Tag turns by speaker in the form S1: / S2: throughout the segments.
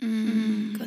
S1: Contenido, Mm,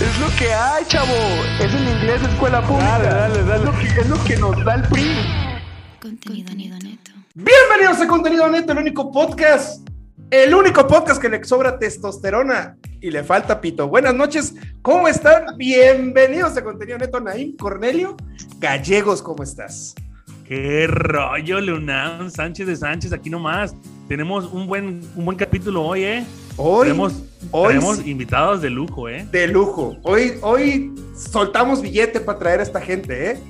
S2: Es lo que hay, chavo. Es en inglés, escuela pública.
S3: Dale, dale, dale.
S2: Es lo que, es lo que nos da el PRI.
S1: Contenido, neto.
S4: Bienvenidos a Contenido Neto, el único podcast, el único podcast que le sobra testosterona y le falta pito. Buenas noches, ¿cómo están? Bienvenidos a Contenido Neto, Naim Cornelio Gallegos, ¿cómo estás?
S3: Qué rollo, Leonardo Sánchez de Sánchez, aquí nomás. Tenemos un buen, un buen capítulo hoy, ¿eh?
S4: Hoy,
S3: tenemos
S4: hoy
S3: tenemos
S4: sí.
S3: invitados de lujo, ¿eh?
S4: de lujo, hoy, hoy soltamos billete para traer a esta gente, ¿eh?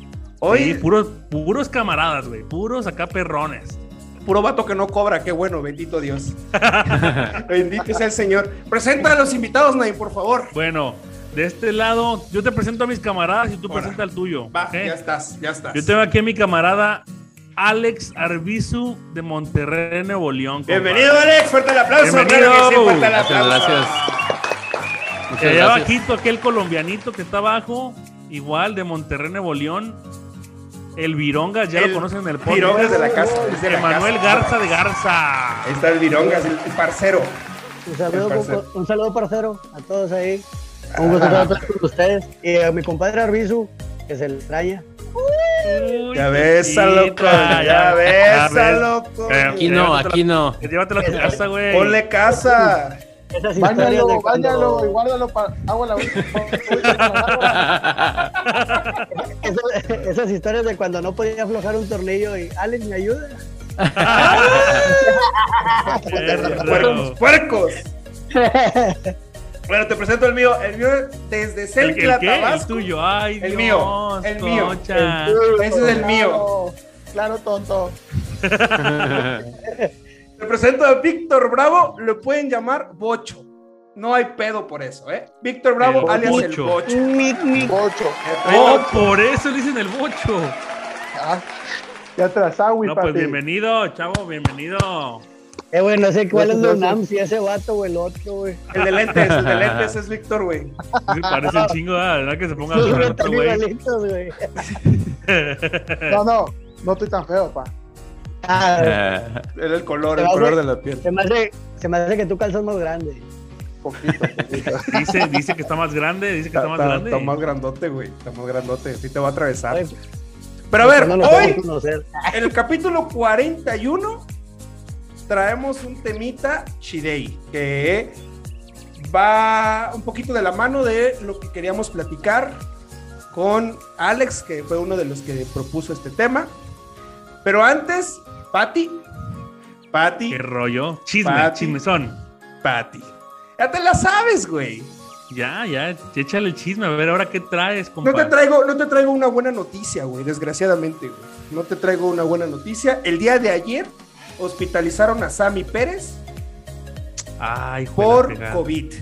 S4: Hoy,
S3: Sí, puros, puros camaradas, güey. Puros acá perrones.
S4: puro vato que no cobra, qué bueno, bendito Dios. bendito sea el Señor. Presenta a los invitados, Naim, por favor.
S3: Bueno, de este lado, yo te presento a mis camaradas y tú
S4: Ahora.
S3: presenta al tuyo.
S4: Va,
S3: ¿ok?
S4: ya estás, ya estás.
S3: Yo tengo aquí a mi camarada Alex Arbizu de Monterrey, Nuevo León. compa.
S4: Bienvenido, Alex. Fuerte el aplauso.
S3: Bienvenido.
S4: Claro que sí, fuerte el aplauso.
S5: gracias.
S3: Se
S5: Muchas
S3: lleva
S5: gracias.
S3: Quito, Eh, aquel colombianito que está abajo, igual de Monterrey, Nuevo León. El Virongas, ya
S4: El
S3: lo conocen en el podcast.
S4: Virongas de la casa. es de la
S3: Emanuel
S4: casa.
S3: Garza de Garza.
S4: Ahí está el Virongas, el el parcero.
S6: Un
S4: El
S6: saludo,
S4: parcero.
S6: un saludo parcero a todos ahí. Un gusto estar hablando con ustedes. Y a mi compadre Arbizu, que se le extraña.
S3: Uy,
S4: Ya ves,
S3: chiquita,
S4: loco. Ya
S3: pues, ya
S4: ves,
S3: ves.
S4: loco.
S3: Ya
S5: Aquí no, aquí no.
S3: Llévatelo a tu casa, güey. Eh,
S4: Ponle casa.
S6: Esas historias
S7: Báñalo,
S6: de cuando-
S7: báñalo y guárdalo para agua la
S6: esas, esas historias de cuando no podía aflojar un tornillo y Alex me ayuda.
S3: Perro.
S4: Puercos, puercos. Bueno, te presento el mío. El mío desde
S3: ¿El, el,
S4: Celcla,
S3: qué? El
S4: Tabasco.
S3: tuyo. Ay,
S4: El
S3: Dios,
S4: mío, el mío,
S3: Concha.
S4: Ese es el mío.
S7: Claro, tonto.
S4: Te presento a Víctor Bravo. Lo pueden llamar Bocho. No hay pedo por eso, ¿eh? Víctor Bravo,
S3: El
S4: alias el
S3: Bocho.
S4: Bocho.
S7: Bocho.
S3: Oh, por eso le dicen el bocho.
S7: Ah, ya te las hago,
S3: No, pues bienvenido, chavo, bienvenido.
S6: Eh, güey, no sé cuál es
S7: Gracias,
S6: el NAM, si ese vato o el otro, güey.
S4: El de lentes, el de lentes es Víctor, güey.
S3: Me parece un chingo, ah, ¿verdad? Que se ponga
S6: Los
S3: con el
S6: güeyes
S3: otro,
S6: están
S3: güey.
S6: igualitos, güey.
S7: No, no, no estoy tan feo, pa.
S6: Ah, güey,
S5: Eh,
S4: Era el color,
S6: Te
S4: el
S6: vas,
S4: color de
S6: güey.
S4: la piel.
S6: se, me hace, se me hace que tú calzas más grande.
S7: Poquito, poquito.
S3: Dice, dice que está más grande, dice que está más grande.
S4: Está más grandote, güey. Está más grandote. Sí te va a
S7: Ah,
S4: atravesar.
S6: Güey,
S4: Pero a ver,
S6: no nos vamos a
S4: hoy,
S6: conocer.
S4: en el capítulo 41, traemos un temita Shirei, que va un poquito de la mano de lo que queríamos platicar con Alex, que fue uno de los que propuso este tema. Pero antes, Patti. Patti,
S3: Qué rollo. Chisme,
S4: Pati.
S3: chismezón.
S4: Patti. Ya te la sabes, güey.
S3: Ya, ya, échale el chisme, a ver ahora qué traes, compa.
S4: No te, traigo, no te traigo una buena noticia, güey, desgraciadamente, güey. No te traigo una buena noticia. El día de ayer hospitalizaron a Sammy Pérez
S3: Ay, hijo de la
S4: por
S3: fregada.
S4: COVID.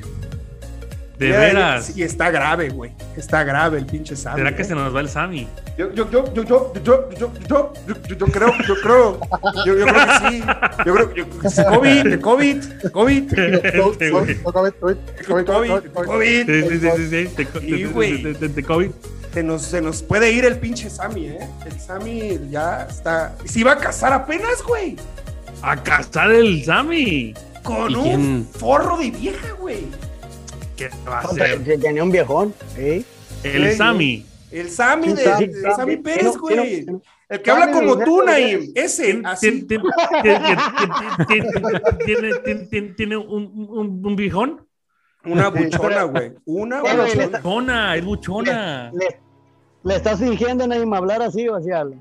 S3: De
S4: El día ayer-
S3: veras.
S4: Y está grave, güey. Está grave el pinche Sammy.
S3: ¿Será
S4: eh.
S3: que se nos va el Sammy?
S4: Yo, yo, yo, yo, yo, yo, yo, yo, yo, yo, yo creo, yo creo, yo, yo creo que sí. Yo creo yo- COVID, el COVID, el COVID, el
S3: Este, güey.
S4: COVID, el COVID.
S3: Sí, sí, sí, sí, sí, te co-
S4: Sí,
S3: te- te-
S4: güey.
S3: te- te- te COVID.
S4: Se nos, se nos puede ir el pinche Sammy, ¿eh? El Sammy ya está. Se iba a casar apenas, güey.
S3: A cazar el Sammy.
S4: Con
S5: ¿Y
S4: un
S5: quién?
S4: forro de vieja, güey.
S3: ¿Qué va a
S6: Contra-
S3: hacer?
S6: Tenía un viejón, ¿sí.
S3: El Sammy.
S4: El Sammy de,
S6: Sí, sí,
S4: de Sammy
S6: sí,
S4: Pérez,
S6: sí,
S4: güey.
S6: sí, sí.
S4: El que habla
S7: Sammy
S4: como
S7: Rubén
S4: tú,
S7: Pérez.
S4: Naim. Ese, así.
S3: Tien- tien- tien- tiene- tiene- tiene- ¿Tiene un- un un bijón?
S4: Una buchona, güey. Una
S6: Pero él
S4: buchona.
S6: está-
S3: Buchona, es buchona.
S6: Le, le estás fingiendo, Naim, hablar así o así, Ale.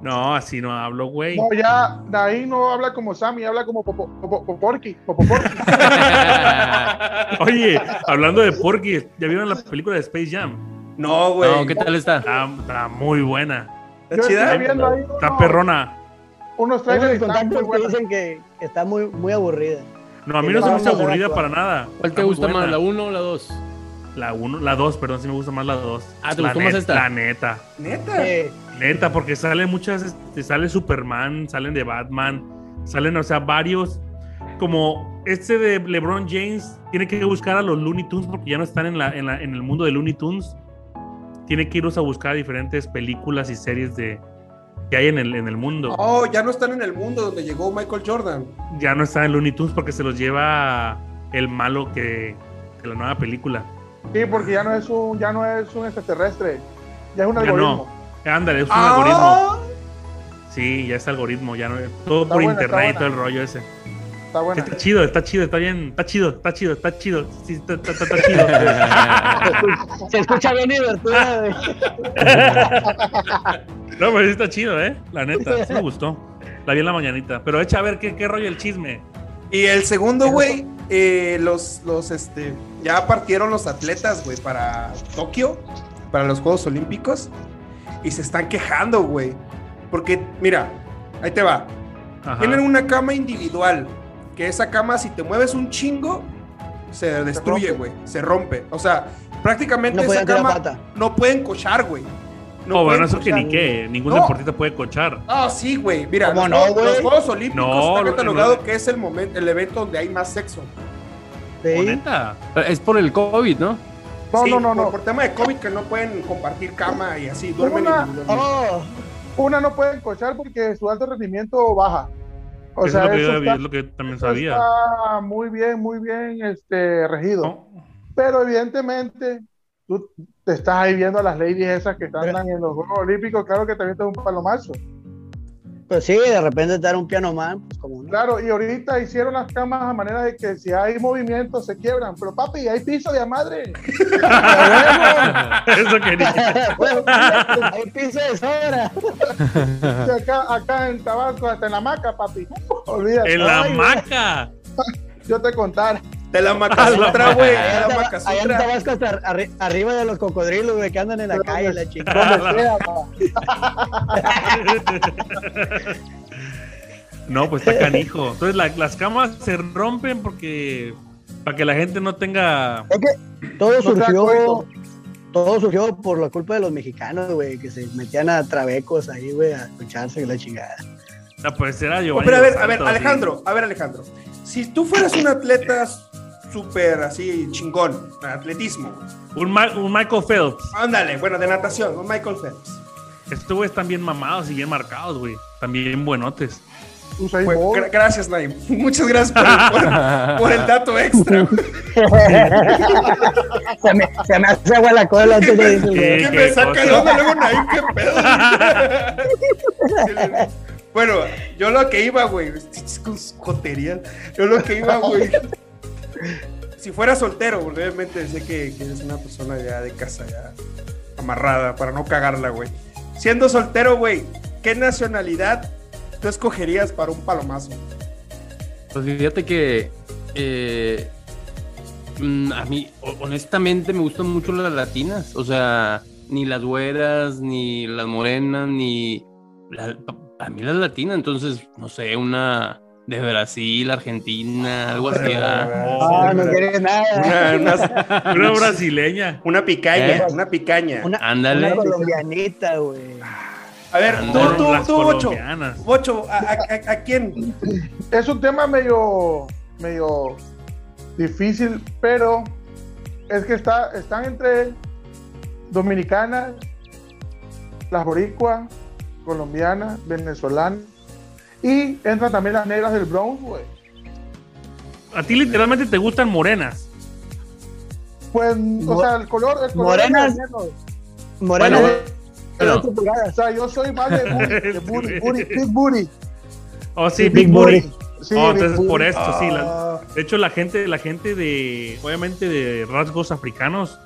S3: No, así no hablo, güey.
S7: No, ya, de ahí no habla como Sammy, habla como Popo- Popo- Poporqui. Popoporqui.
S3: Oye, hablando de Porky, ¿ya vieron la película de Space Jam?
S4: No, güey.
S5: no, ¿qué tal está?
S3: Está, está muy buena.
S7: Yo
S4: ¿Está chida?
S7: estoy viendo ahí
S3: Está
S7: unos-
S3: perrona.
S7: Unos
S6: Tengo
S7: trailers
S6: mis
S7: están muy
S6: contactos que
S7: buenos.
S6: dicen que que está muy, muy aburrida.
S3: No, a mí no se me hace
S6: Vamos a ver
S3: aburrida
S6: cuál.
S3: para nada.
S5: ¿Cuál
S3: Está
S5: te
S3: muy
S5: gusta más,
S3: buena.
S5: la 1 o la 2?
S3: La La 1, la 2, perdón, sí me gusta más la 2.
S5: Ah, ¿te
S3: la
S5: gustó más
S3: net-
S5: esta?
S3: La neta.
S4: Neta.
S6: Eh,
S3: Neta, porque salen muchas, este, sale Superman, salen de Batman, salen, o sea, varios. Como este de LeBron James tiene que buscar a los Looney Tunes porque ya no están en, la, en, la- en el mundo de Looney Tunes. Tiene que irlos a buscar a diferentes películas y series de, que hay en el, en el mundo.
S4: Oh, ya no están en el mundo donde llegó Michael Jordan.
S3: Ya no están en Looney Tunes porque se los lleva el malo que, de la nueva película.
S7: Sí, porque ya no es un, ya no es un extraterrestre. Ya es un
S3: Ya
S7: algoritmo.
S3: Ándale, es un algoritmo.
S4: Ah,
S3: Sí, ya es algoritmo, ya no, todo
S7: Está
S3: por
S7: buena, está
S3: internet y
S7: buena.
S3: todo el rollo ese.
S7: Está bueno.
S3: Está chido, está chido, está bien, está chido, está chido, está chido, sí, está, está- está- está chido.
S6: se escucha bien divertida, güey.
S3: No, pero sí está chido, ¿eh? La neta, sí me gustó. La vi en la mañanita. Pero echa a ver qué, qué rollo el chisme.
S4: Y el segundo, güey, eh, los, los, este, ya partieron los atletas, güey, para Tokio, para los Juegos Olímpicos, y se están quejando, güey. Porque, mira, ahí te va.
S3: Ajá.
S4: Tienen una cama individual, que esa cama, si te mueves un chingo, se destruye, güey, se rompe. O sea, prácticamente
S6: No
S4: esa
S6: podían tirar
S4: cama
S6: pata.
S4: no pueden cochar, güey.
S3: No, Oh,
S4: pueden
S3: bueno,
S7: pues,
S3: eso que
S4: cochar.
S3: ni qué, ningún
S4: No.
S3: deportista puede cochar.
S4: Ah, sí, güey. Mira,
S6: ¿Cómo
S4: los,
S6: no, güey?
S4: los Juegos Olímpicos
S3: No,
S4: está
S3: lo-
S4: catalogado
S3: lo-
S4: que es el momento, el evento donde hay más sexo.
S3: ¿O
S6: Sí.
S3: Neta.
S5: Es por el COVID, ¿no?
S7: No,
S4: Sí,
S7: no, no,
S4: por,
S7: no.
S4: Por tema de COVID que no pueden compartir cama y así,
S7: Como
S4: duermen
S7: una-
S4: individualmente.
S6: Oh,
S7: Una no puede cochar porque su alto rendimiento baja. O
S3: eso
S7: sea,
S3: es lo que,
S7: eso
S3: yo,
S7: está,
S3: es lo que yo también
S7: eso
S3: sabía.
S7: está muy bien, muy bien este, regido.
S3: No.
S7: Pero evidentemente, tú te estás ahí viendo a las ladies esas que están
S6: Pero-
S7: en los Juegos Olímpicos, claro que también es un palomazo.
S6: pues sí, de repente te dan un piano man, pues como no.
S7: Claro, y ahorita hicieron las camas a manera de que si hay movimiento se quiebran. Pero papi, hay piso de a madre.
S3: eso que ni qué.
S6: Bueno, Pues, hay piso de sobra.
S7: O sea, acá, acá en Tabasco, hasta en la maca, papi. Olvídate.
S3: En la
S7: Ay,
S3: maca.
S7: Yo te contara.
S4: Te la macasutra, güey. Te la
S6: Allá en
S4: macasutra.
S6: Tabasco hasta arri- arriba de los cocodrilos, güey, que andan en la calle, la chica.
S7: Sea, pa.
S3: No, pues está canijo. Entonces la- las camas se rompen porque. Para que la gente no tenga.
S6: Todo
S7: No sea
S6: surgió,
S7: coito.
S6: todo surgió por la culpa de los mexicanos, güey, que se metían a trabecos ahí, güey, a escucharse y la chingada.
S3: La pues, era
S4: Oh,
S3: Giovanni.
S4: Pero a ver,
S3: Dos
S4: a ver,
S3: Santos, sí.
S4: Alejandro, a ver, Alejandro. Si tú fueras un atleta súper así chingón, atletismo,
S3: Un, Ma- un Michael Phelps.
S4: ándale, bueno, de natación, un Michael Phelps.
S3: Estos güeyes están bien mamados y bien marcados, güey. También buenotes.
S7: Usain
S4: Pues,
S7: Bolt.
S4: gra- gracias, Naim. Muchas gracias por el, por- por el dato extra. güey.
S6: se, me, se me hace agua la cola antes de decirlo.
S3: ¿Qué?
S4: que me saca
S3: cosa.
S4: de onda luego Naim, qué pedo. bueno, yo lo que iba, güey, es con su jotería. Yo lo que iba, güey. Si fuera soltero, güey, obviamente sé que, que eres una persona ya de casa, ya amarrada, para no cagarla, güey. Siendo soltero, güey, ¿qué nacionalidad tú escogerías para un palomazo?
S5: Pues fíjate que eh, mm, a mí, ho- honestamente, me gustan mucho las latinas. O sea, ni las güeras, ni las morenas, ni. la- pa- a mí las latinas, entonces, no sé, una de Brasil, Argentina, algo así. ¿verdad?
S6: Ah, no quiere nada.
S4: Una, una-
S3: Una brasileña.
S4: una picaña,
S5: ¿Eh?
S4: una picaña.
S6: Una,
S5: Ándale.
S6: una colombianita, güey.
S4: A ver, tú,
S3: Andaron
S4: tú,
S3: las
S4: tú, Bocho.
S3: colombianas.
S4: Bocho, ¿a, a, a- a quién?
S7: Es un tema medio, medio difícil, pero es que está, están entre dominicanas, las boricuas, colombianas, venezolanas y entran también las negras del Bronx, güey.
S3: A ti literalmente te gustan morenas.
S7: Pues, o
S6: Mo-
S7: sea, el color, el color
S6: Morenas.
S7: es moreno.
S6: Morena
S5: Bueno,
S6: de
S5: bueno.
S6: 8
S7: O
S6: pulgadas.
S7: sea, yo soy más de booty, de booty, booty, big booty.
S3: Oh, sí,
S6: Big
S3: Big
S6: Booty.
S3: Booty.
S7: Sí,
S3: Oh,
S7: big
S3: entonces
S7: booty.
S3: por esto, sí. la-
S4: Ah,
S3: de hecho, la gente, la gente de, obviamente, de rasgos africanos,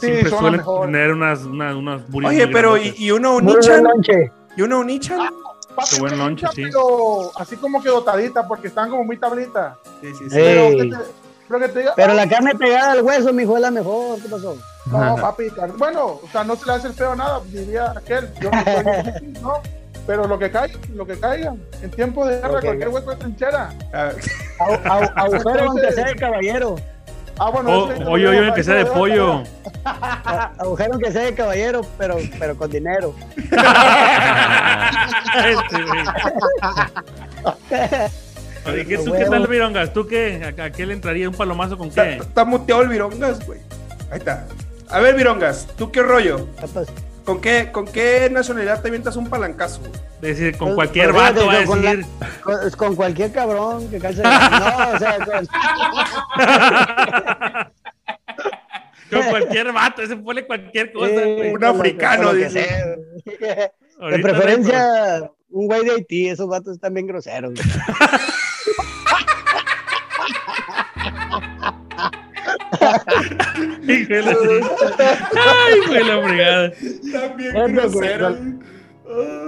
S7: Sí,
S3: siempre
S7: son las
S3: suelen
S7: mejores.
S3: tener unas, unas, unas booties
S4: Oye,
S3: muy
S4: pero ¿y,
S3: grandotas.
S4: y una
S6: Muy buen
S4: Unichan?
S6: lonche.
S4: ¿Y una Unichan?
S7: Papi,
S3: Qué buen
S7: una
S3: lonche,
S7: loncha,
S3: sí.
S7: pero así como que dotadita, porque están como muy tablitas.
S4: Sí, sí,
S6: Eh.
S4: sí.
S7: Pero,
S6: Ey.
S7: que te- pero que te diga,
S6: Pero
S7: "Ah,
S6: la carne pegada al hueso, mijo, es la mejor. ¿Qué pasó?
S7: No, papi, car- bueno, o sea, no se le hace el feo a nada, diría aquel. Yo no, soy- no, pero lo que caiga, lo que caiga. En tiempo de guerra,
S6: Lo que
S7: cualquier hueco es trinchera.
S4: Ah,
S6: Au- au- Agujero
S7: Entonces-
S6: aunque sea de caballero.
S7: Ah, bueno,
S3: Oh,
S7: ese-
S3: oye, oye,
S7: ahí
S3: que sea
S7: se
S3: de
S7: lo dejo
S3: pollo.
S7: acá.
S6: A- Ah, Agujero que sea de caballero, pero, pero con dinero.
S3: Este, güey. Oye, ¿qué- ¿Tú qué
S6: Huevo.
S3: tal, Virongas? ¿Tú qué? ¿A, a qué le entraría un palomazo con
S4: Está,
S3: qué?
S4: está muteado el Virongas, güey. Ahí está. A ver, Virongas, ¿tú qué rollo?
S6: Ya, pues,
S4: ¿Con qué, con qué nacionalidad te avientas un palancazo? güey?
S3: Decir, con
S6: Pues,
S3: cualquier
S6: pues,
S3: vato va a
S6: fíjate, con la-
S3: decir.
S6: con, es con cualquier cabrón que calce. No, o sea, con,
S3: Con cualquier vato, ese ponle cualquier cosa.
S6: sí,
S3: güey.
S6: con lo-
S4: africano,
S6: con lo que
S4: dice.
S6: sea. De
S3: Ahorita no
S6: preferencia, un güey de Haití, esos vatos están bien groseros. güey.
S3: hay- Hijo de la- Ay, güey, la fregada.
S4: También
S6: Es lo que-
S4: grosero.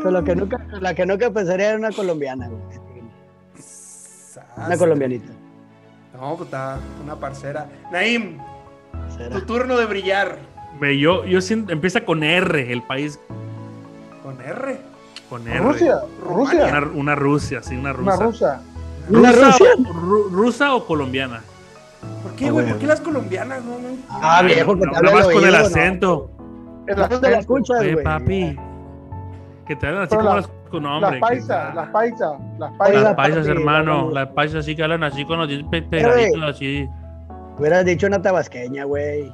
S6: Con lo que nunca, con pues, la que nunca pensaría era una colombiana, güey.
S4: Sas. Ah,
S6: Una colombianita.
S4: No, pues está una parcera. Naim,
S6: Será.
S4: tu turno de brillar.
S3: Güey, yo, yo siento, empieza con R, el país
S4: Con R.
S3: con R.
S7: Rusia,
S3: Una,
S7: Rusia,
S3: una Rusia, sí, una
S7: una
S3: rusa.
S7: rusa.
S6: ¿Una
S3: ¿Rusa
S6: Rusia?
S3: o- ru- ¿Rusa o colombiana?
S4: ¿Por qué, güey? ¿Por qué las colombianas? No, no.
S6: Ah, viejo, que te
S3: Nada
S6: habla
S3: más
S6: al
S3: con el
S6: oído, ¿no?
S3: acento.
S7: El
S6: No te la
S7: acento,
S6: escuchas,
S3: Eh,
S6: güey.
S3: papi. Que te hablan así
S7: Pero
S3: como
S7: la-
S3: las con
S7: Pues, Las
S3: hombre.
S7: paisas, las paisas, las
S3: Las
S6: Oiga,
S7: paisas.
S3: paisas,
S6: papi,
S3: hermano.
S6: no.
S3: Las paisas sí que hablan así con los dientes pe- pegaditos así.
S6: Hubieras dicho una tabasqueña, güey.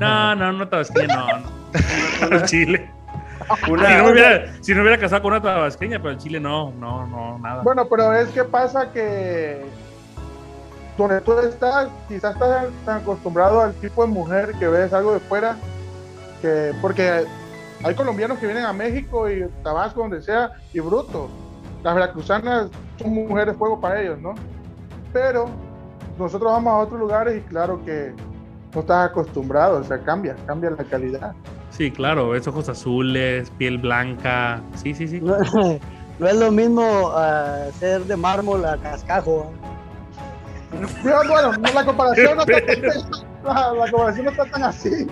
S3: No, no, no tabasqueña, no. no. Al chile. Si no, me
S4: Una,
S3: hubiera, si no me hubiera casado con una tabasqueña, pero al chile no, no, no, nada.
S7: Bueno, pero es que pasa que donde tú estás, quizás estás tan acostumbrado al tipo de mujer que ves algo de fuera, que porque hay colombianos que vienen a México y Tabasco, donde sea, y bruto. Las veracruzanas son mujeres fuego para ellos, ¿no? Pero nosotros vamos a otros lugares y claro que no estás acostumbrado, o sea, cambia, cambia la calidad.
S3: Sí, claro, es ojos azules, piel blanca. Sí, sí, sí.
S6: No, no es lo mismo ah, ser de mármol a cascajo. ¿eh?
S7: Pero bueno, no, la comparación no está tan, la comparación no está tan así,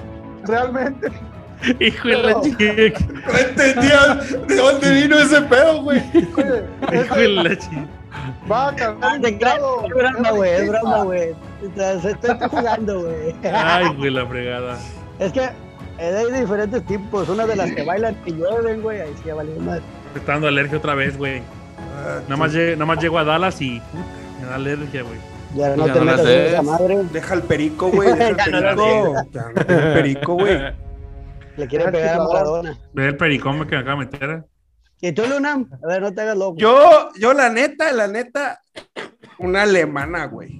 S7: realmente.
S3: Hijo de la
S7: Pero-
S3: chica.
S4: no entendía de dónde vino ese pedo, güey.
S7: Oye,
S3: Hijo de la chica.
S7: va a cantar
S6: Ah, te creas,
S7: invitado.
S6: Es broma, güey, es broma, güey. Estás- Estoy estoy jugando, güey.
S3: Ay, güey, la fregada.
S6: Es que eh, hay de diferentes tipos. Una de las que bailan y llueven, güey. Ahí sí, ya valió madre.
S3: Me está dando alergia otra vez, güey.
S4: Ah,
S3: Nada más, llegué, nada más llego a Dallas y uh, me da alergia, güey.
S6: Ya no
S5: Ya
S6: te
S5: no la
S6: metas en
S5: haces.
S6: esa madre.
S4: Deja el perico, güey. Deja el
S6: Ya no lo
S4: perico. Ya, deja el perico, güey.
S6: Le quieren pegar a Maradona.
S3: Ve el pericón que me acaba de meter.
S6: ¿Y tú, Luna? A ver, no te hagas loco.
S4: Yo, yo la neta, la neta, una alemana, güey.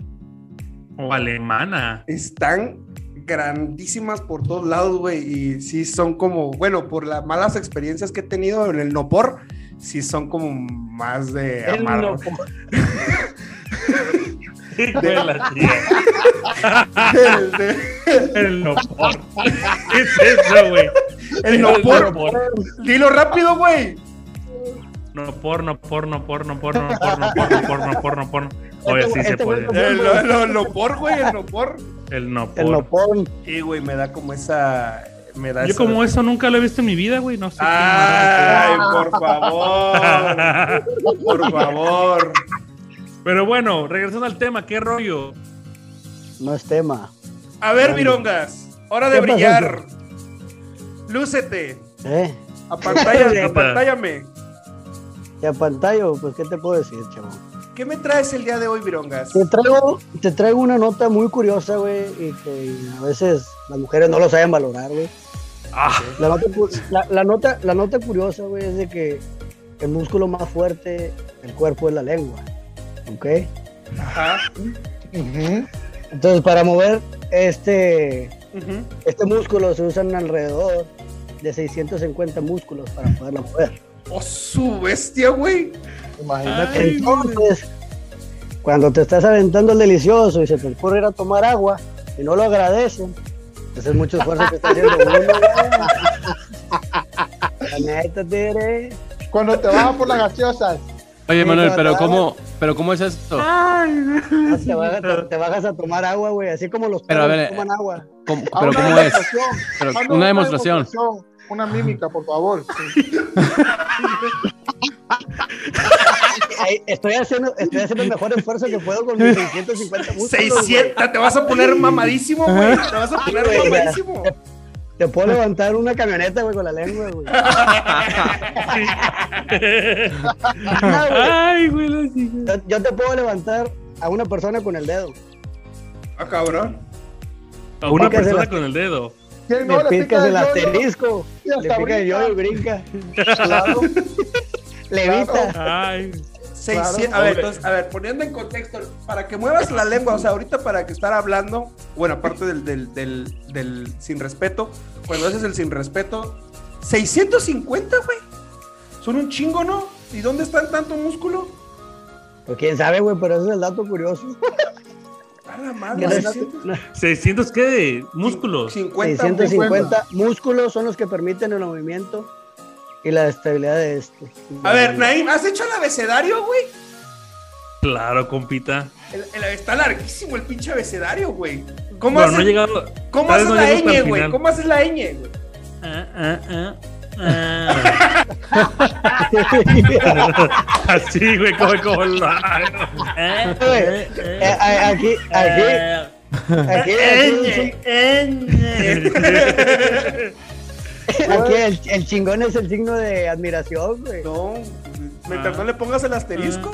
S3: O alemana.
S4: Están grandísimas por todos lados, güey. Y sí son como, bueno, por las malas experiencias que he tenido en el Nopor, sí son como más de
S6: El
S4: amargo.
S6: loco.
S3: Hijo de la chica.
S4: El, de-
S3: El nopor. ¿Qué es eso, güey?
S4: el Nopor. Dilo rápido, güey.
S3: No porno, porno, porno, porno, porno, porno, porno, porno, porno. Oye, sí se
S6: Este
S3: puede.
S6: güey- este güey
S4: El, el- el Nopor, güey, el Nopor.
S3: El no
S6: El
S3: porno.
S6: nopón.
S4: Y, güey, me da como esa. Me da
S3: Yo
S4: esa-
S3: como eso nunca lo he visto en mi vida, güey. No sé. qué
S4: Ay,
S3: madre
S4: por favor.
S3: será.
S4: Por favor.
S3: Pero bueno, regresando al tema, ¿qué rollo?
S6: No es tema.
S4: A ver, Virongas, hora de
S6: ¿Qué pasó,
S4: brillar. Lúcete.
S6: ¿Eh?
S4: Apantalla, apantállame.
S6: Y a pantallo, pues, ¿qué te puedo decir, chavo?
S4: ¿Qué me traes el día de hoy, Virongas?
S6: Te traigo, te traigo una nota muy curiosa, güey, y que a veces las mujeres no lo saben valorar, güey.
S3: Ah,
S6: La nota, cu- la, la nota, la nota curiosa, güey, es de que el músculo más fuerte del cuerpo es la lengua, ¿ok?
S4: Ajá.
S6: Entonces, para mover este,
S4: Ujú.
S6: este músculo se usan alrededor de 650 músculos para poderlo mover.
S4: Oh, su bestia, güey.
S7: Imagínate.
S3: Ay,
S6: Entonces, cuando te estás aventando el delicioso y se te ocurre ir a tomar agua y no lo agradecen, pues es mucho esfuerzo que está haciendo uno. güey. La neta, tigre.
S7: Cuando te bajas por las gaseosas,
S5: Oye, Manuel,
S6: Sí,
S5: pero
S6: claro.
S5: ¿cómo, pero ¿cómo es esto?
S6: Ah, Te bajas, te- te bajas a tomar agua, güey, así como los
S5: Pero, a ver,
S6: toman agua.
S5: ¿Cómo-
S7: a
S5: ¿Pero
S7: una
S5: cómo es?
S7: demostración.
S5: Pero,
S7: Manda
S5: una demostración.
S7: demostración, Una mímica, por favor.
S6: ahí estoy, haciendo, estoy haciendo el mejor esfuerzo que puedo con mis 650 músculos. güey.
S4: 600, te vas a poner mamadísimo, güey. Te vas a poner
S6: güey, ya.
S4: mamadísimo.
S6: Te puedo levantar una camioneta, güey, con la lengua, güey. No, güey.
S3: Ay, güey, la chingada.
S6: Yo, yo te puedo levantar a una persona con el dedo.
S4: Ah, cabrón.
S3: A una
S6: Porque se
S3: persona
S6: la-
S3: con el dedo.
S7: ¿Quién
S6: Le picas el
S7: yo-yo?
S6: asterisco.
S7: Y hasta
S6: Le pica el
S7: brinca.
S6: yo y brinca. Claro. Levita.
S3: Ay.
S4: 600,
S7: Claro.
S4: a ver, entonces, a ver, poniendo en contexto, para que muevas la lengua, o sea, ahorita para que estar hablando, bueno, aparte del, del, del, del sin respeto, cuando haces el sin respeto, 650, güey. Son un chingo, ¿no? ¿Y dónde están tanto músculo?
S6: Pues quién sabe, güey, pero ese es el dato curioso.
S4: A la
S6: Que
S4: madre,
S6: no es-
S4: 600,
S6: no,
S3: 600 qué de músculos.
S4: 50,
S6: 650 músculos son los que permiten el movimiento y la estabilidad de este.
S4: A ver, Naim, ¿has hecho el abecedario, güey?
S3: Claro, compita.
S4: El- el- está larguísimo el pinche abecedario, güey. ¿Cómo
S3: Bueno,
S4: haces,
S3: no he llegado.
S4: ¿cómo
S3: tal vez
S4: haces
S3: no
S4: la
S3: llego hasta
S4: ñ,
S3: el
S4: güey?
S3: final.
S4: ¿Cómo haces la ñ, güey?
S3: Ah, ah, ah, ah. Así, ah. güey, como, como lo hago. Eh, eh, eh.
S6: Eh, a- aquí, aquí,
S3: Eh,
S6: aquí,
S3: eh,
S6: aquí,
S3: eh.
S6: aquí el, el chingón es el signo de admiración, güey.
S4: No,
S3: Ah.
S4: mientras no le pongas el asterisco.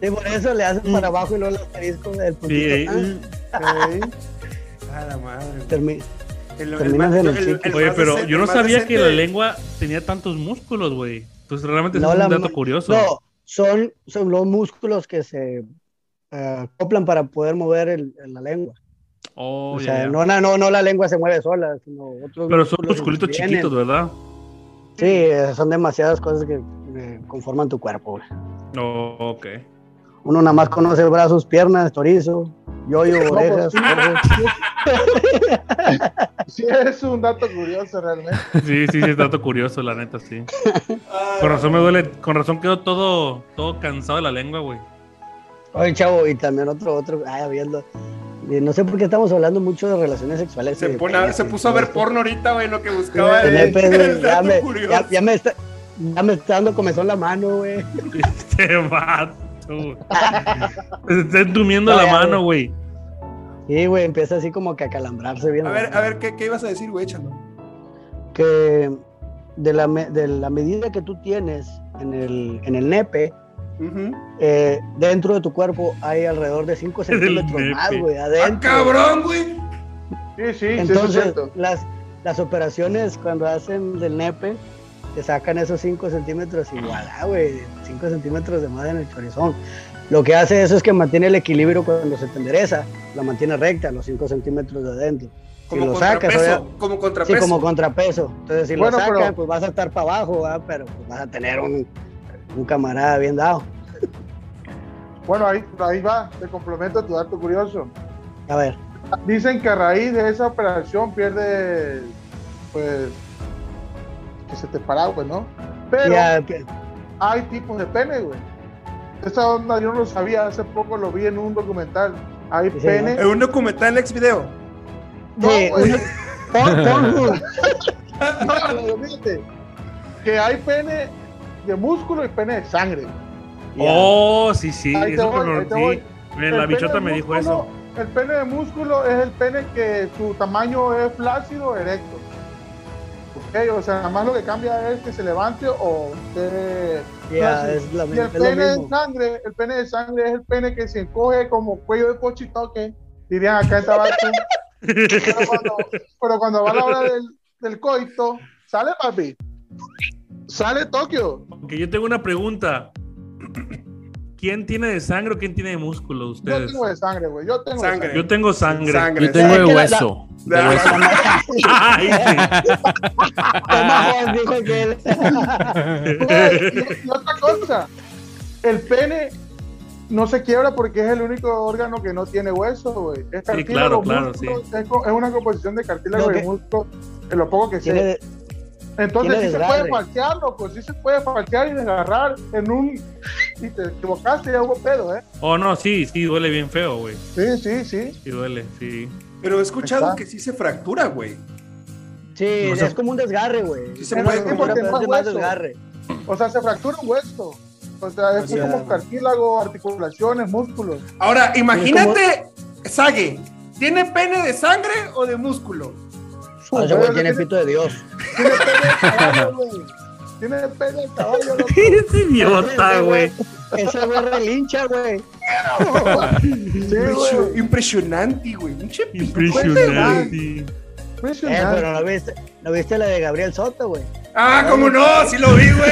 S6: Y por eso le hacen para abajo y luego el asterisco del puntito.
S3: Mm. Sí,
S6: Ah,
S3: eh.
S4: A la madre. güey.
S6: termi-
S4: El- el
S6: terminas
S4: más-
S6: en el
S4: el- el
S6: sitio.
S3: Oye,
S4: más
S3: pero
S4: decente-
S3: yo no
S4: el más
S3: sabía que la
S4: decente-
S3: lengua tenía tantos músculos, güey. Entonces realmente
S6: No,
S3: es
S6: la
S3: un dato
S6: ma-
S3: curioso.
S6: No, son, son los músculos que se eh, acoplan para poder mover el- la lengua.
S3: Oh,
S6: o
S3: ya,
S6: sea,
S3: ya.
S6: no, la- no, no la lengua se mueve sola, sino otros
S3: Pero son
S6: músculos
S3: musculitos
S6: que vienen.
S3: chiquitos, ¿verdad?
S6: Sí, eh, son demasiadas cosas que eh, conforman tu cuerpo. güey.
S3: No, Oh, ok.
S6: Uno nada más conoce brazos, piernas, chorizo, yoyo, orejas, ojos.
S7: Sí, es un dato curioso realmente.
S3: Sí, sí, sí, es dato curioso, la neta, sí. Con razón me duele, con razón quedo todo, todo cansado de la lengua, güey.
S6: Oye, chavo, y también otro, otro, ay, viendo. eh, No sé por qué estamos hablando mucho de relaciones sexuales. y
S4: Se,
S6: de
S4: pone a-
S6: penes
S4: se
S6: y
S4: puso a
S6: todo
S4: ver
S6: esto.
S4: porno ahorita, güey, lo que buscaba.
S6: Tener
S4: el-
S6: penes,
S4: el
S6: ya,
S4: dato
S6: me,
S4: curioso.
S6: ya, ya me está, ya me está dando comezón la mano, güey.
S3: Este vato. güey. Se está entumiendo
S6: No,
S3: la
S6: ya,
S3: mano, güey.
S6: Sí, güey, empieza así como que a calambrarse bien.
S4: A ver, a ver, ¿qué, qué ibas a decir, güey? Échalo.
S6: Que de la, me- de la medida que tú tienes en el, en el nepe,
S4: Ujú.
S6: eh, dentro de tu cuerpo hay alrededor de 5
S3: el
S6: centímetros
S3: nepe.
S6: más, güey,
S4: ¡Ah,
S6: adentro.
S4: cabrón, güey!
S7: Sí, sí, sí, es
S6: Entonces,
S7: cierto.
S6: las, las operaciones cuando hacen del nepe, te sacan esos 5 centímetros igual, güey, 5 centímetros de más en el chorizón. Lo que hace eso es que mantiene el equilibrio cuando se te endereza, la mantiene recta, los 5 centímetros de adentro. Si
S4: Como
S6: lo sacas,
S4: contrapeso.
S6: obvia-
S4: como
S6: sí,
S4: contrapeso.
S6: como contrapeso. Entonces, si
S7: Bueno,
S6: lo sacas,
S7: pero-
S6: pues vas a estar para abajo, ¿verdad? pero pues, vas a tener un, un camarada bien dado.
S7: Bueno, ahí, ahí va, te complemento tu dato curioso.
S6: A ver,
S7: Dicen que a raíz de esa operación pierde, pues, que se te para, güey, ¿no? Pero
S6: ya, pe-
S7: hay tipos de pene, güey. Esa onda yo no lo sabía, hace poco lo vi en un documental. Hay
S6: Sí,
S7: pene.
S4: En un documental ex video.
S7: No,
S6: sí,
S7: güey.
S6: uno- pon- pon-
S7: No, pero fíjate, que hay pene de músculo y pene de sangre.
S3: Oh, sí, sí.
S7: Ahí te
S3: Eso
S7: voy,
S3: por lo-
S7: ahí te
S3: sí.
S7: voy.
S3: Mira, La
S7: El pene
S3: bichota
S7: de
S3: me dijo
S7: músculo-
S3: eso.
S7: El pene de músculo es el pene que su tamaño es flácido erecto. Ok, o sea, nada más lo que cambia es que se levante o esté
S6: ya,
S7: flácido.
S6: es, la-
S7: Y el
S6: es
S7: pene
S6: lo
S7: de
S6: mismo.
S7: sangre, el pene de sangre es el pene que se encoge como cuello de cochitoque, dirían acá en Tabasco. pero, cuando, pero cuando va la hora del, del coito, sale papi. Sale Tokio.
S3: Aunque yo tengo una pregunta. ¿Quién tiene de sangre o quién tiene de músculo
S7: Yo
S3: ustedes?
S7: tengo de sangre, güey. Yo tengo de
S4: Sangre.
S3: Yo tengo sangre.
S5: Yo tengo de
S6: que la-
S5: hueso. de
S4: la-
S5: hueso.
S3: Ay,
S6: Toma, Juan, dijo que él-
S7: Güey, y- y otra cosa, el pene no se quiebra porque es el único órgano que no tiene hueso, güey. Es
S3: claro,
S7: cartílago,
S3: claro,
S7: músculo, es, co- es una composición de cartílago
S6: Lo
S7: y
S6: que-
S7: músculo, en lo poco que
S6: tiene
S7: sé.
S6: de-
S7: Entonces
S6: tiene
S7: sí se
S6: desgarre.
S7: puede faltear, loco, sí se puede faltear y desgarrar en un... Y te equivocaste, ya hubo pedo, ¿eh?
S3: Oh, no, sí, sí, duele bien feo, güey.
S7: Sí, sí, sí.
S3: Sí, duele, sí.
S4: Pero he escuchado
S7: Está.
S4: que sí se fractura, güey.
S6: Sí,
S3: No sé.
S6: es como un desgarre, güey.
S4: Sí se
S6: Es
S4: puede
S6: como un
S4: cortar
S6: pedazo
S7: más
S6: más
S7: hueso.
S6: desgarre.
S7: O sea, se fractura un hueso. O sea, es
S6: O sea,
S7: como cartílago, articulaciones, músculos.
S4: Ahora, imagínate, Sage, ¿tiene pene de sangre o de músculo?
S6: No, Ah, ese güey tiene pito de Dios.
S7: Tiene pene de caballo, güey. Tiene pene de caballo, loco.
S3: Es idiota,
S6: Ese
S3: güey.
S6: Ese güey relincha, güey.
S7: Sí, güey.
S4: Impresionante, güey. Un che pito,
S3: Impresionante.
S6: Eh,
S7: Impresionante.
S6: pero no viste, no viste la de Gabriel Soto, güey.
S4: güey. Ah, cómo no, sí lo vi, güey.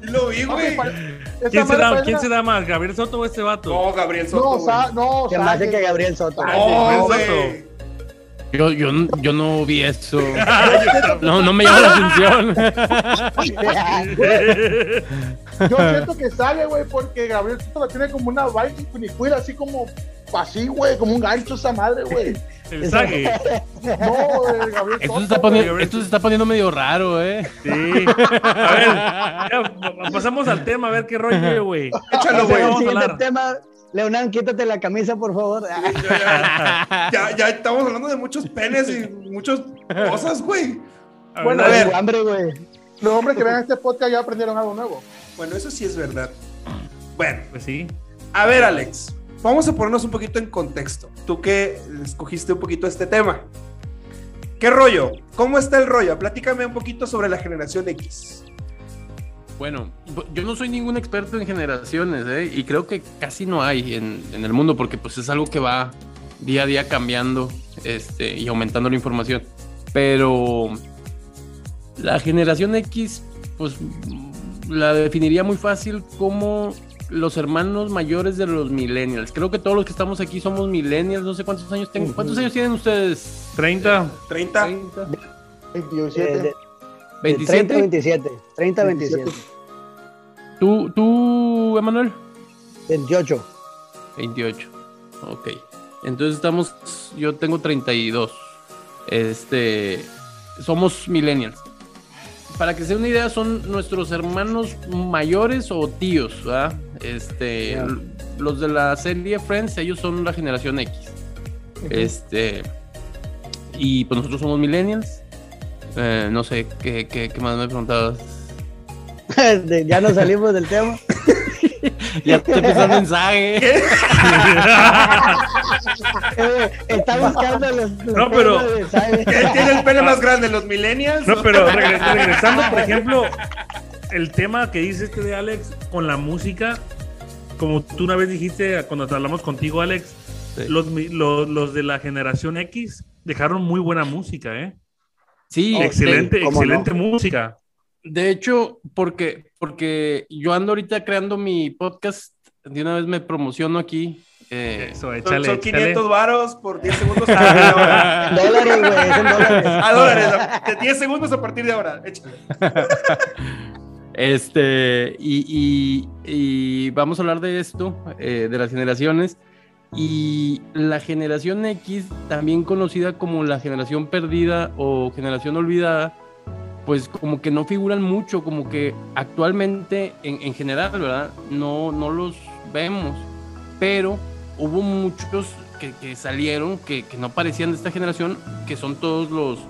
S4: Sí lo vi,
S7: Papi,
S4: güey.
S7: pare-
S3: ¿Quién
S7: esa
S3: se,
S7: madre
S3: da,
S7: parece
S3: ¿Quién
S7: una-
S3: se da más, Gabriel Soto o este vato?
S4: No, Gabriel
S7: No,
S4: Soto.
S7: o sea,
S4: güey.
S7: no, o
S6: Se
S7: sea,
S6: me hace
S7: que-
S6: que Gabriel Soto.
S3: Ah,
S4: No,
S3: Gabriel Soto.
S4: güey.
S5: Yo, yo, n- yo no vi eso.
S3: Ay,
S5: No, no me llama la atención.
S7: Yo siento que sale, güey, porque Gabriel Soto la tiene como una vaina cunicuida, así como así, güey, como un gancho esa madre, güey.
S3: El sague.
S7: No, güey, Gabriel
S5: Esto se,
S7: Soto,
S5: está poniendo, esto se está poniendo medio raro, ¿eh?
S3: Sí. A ver, ya, pasamos al tema, a ver qué rollo, güey.
S4: Échalo,
S3: Ese
S4: güey.
S3: vamos a
S6: siguiente
S3: hablar.
S6: tema. Leonán, quítate la camisa, por favor. Ah,
S4: Ya, ya, ya estamos hablando de muchos penes y muchas cosas, güey.
S3: A
S4: Bueno, a
S3: ver,
S4: ver.
S6: tengo hambre, güey.
S7: Los hombres que vean este podcast ya aprendieron algo nuevo.
S4: Bueno, eso sí es verdad. Bueno,
S3: Pues sí.
S4: a ver, Alex. Vamos a ponernos un poquito en contexto. Tú que escogiste un poquito este tema. ¿Qué rollo? ¿Cómo está el rollo? Platícame un poquito sobre la generación X.
S5: Bueno, yo no soy ningún experto en generaciones, ¿eh? Y creo que casi no hay en, en el mundo, porque pues es algo que va día a día cambiando este, y aumentando la información. Pero la generación X, pues la definiría muy fácil como los hermanos mayores de los millennials. Creo que todos los que estamos aquí somos millennials, no sé cuántos años tengo. ¿Cuántos años tienen ustedes?
S3: 30.
S4: 30.
S7: 27.
S6: De-
S7: Eh,
S6: de- de 30
S5: ¿27?
S6: 27. 30 27.
S5: ¿Tú, tú Emanuel?
S6: 28.
S5: 28. Ok. Entonces estamos. Yo tengo 32. Este. Somos millennials. Para que se den una idea, son nuestros hermanos mayores o tíos, ¿verdad? Este.
S6: Ya.
S5: l- Los de la serie Friends, ellos son la generación X. Este. Y pues nosotros somos millennials. Eh, no sé, ¿qué, qué, qué más me preguntabas?
S6: De- ya nos salimos del tema.
S5: Ya te puse un mensaje.
S6: Eh, está buscando los, los
S3: No, pero-
S6: temas de Sabe.
S4: ¿Quién tiene el pene más grande? ¿Los millennials?
S3: No, pero regre- regresando, por ejemplo, el tema que dice este de Alex con la música, como tú una vez dijiste cuando hablamos contigo, Alex,
S5: Sí.
S3: los, mi- lo- los de la generación X dejaron muy buena música, ¿eh?
S5: Sí, este,
S3: excelente,
S6: ¿cómo
S3: excelente música.
S5: De hecho, porque, porque yo ando ahorita creando mi podcast, de una vez me promociono aquí. eh,
S3: Eso,
S4: Son,
S3: échale,
S4: son
S3: échale.
S4: 500 varos por 10 segundos. A, partir de ahora.
S6: Dólares, güey. Son dólares.
S4: A dólares. a- De 10 segundos a partir de ahora. Échale.
S5: este, y, y- y vamos a hablar de esto, eh, de las generaciones. Y la generación X, también conocida como la generación perdida o generación olvidada, pues como que no figuran mucho, como que actualmente en, en general, ¿verdad? No, no los vemos, pero hubo muchos que, que salieron, que, que no parecían de esta generación, que son todos los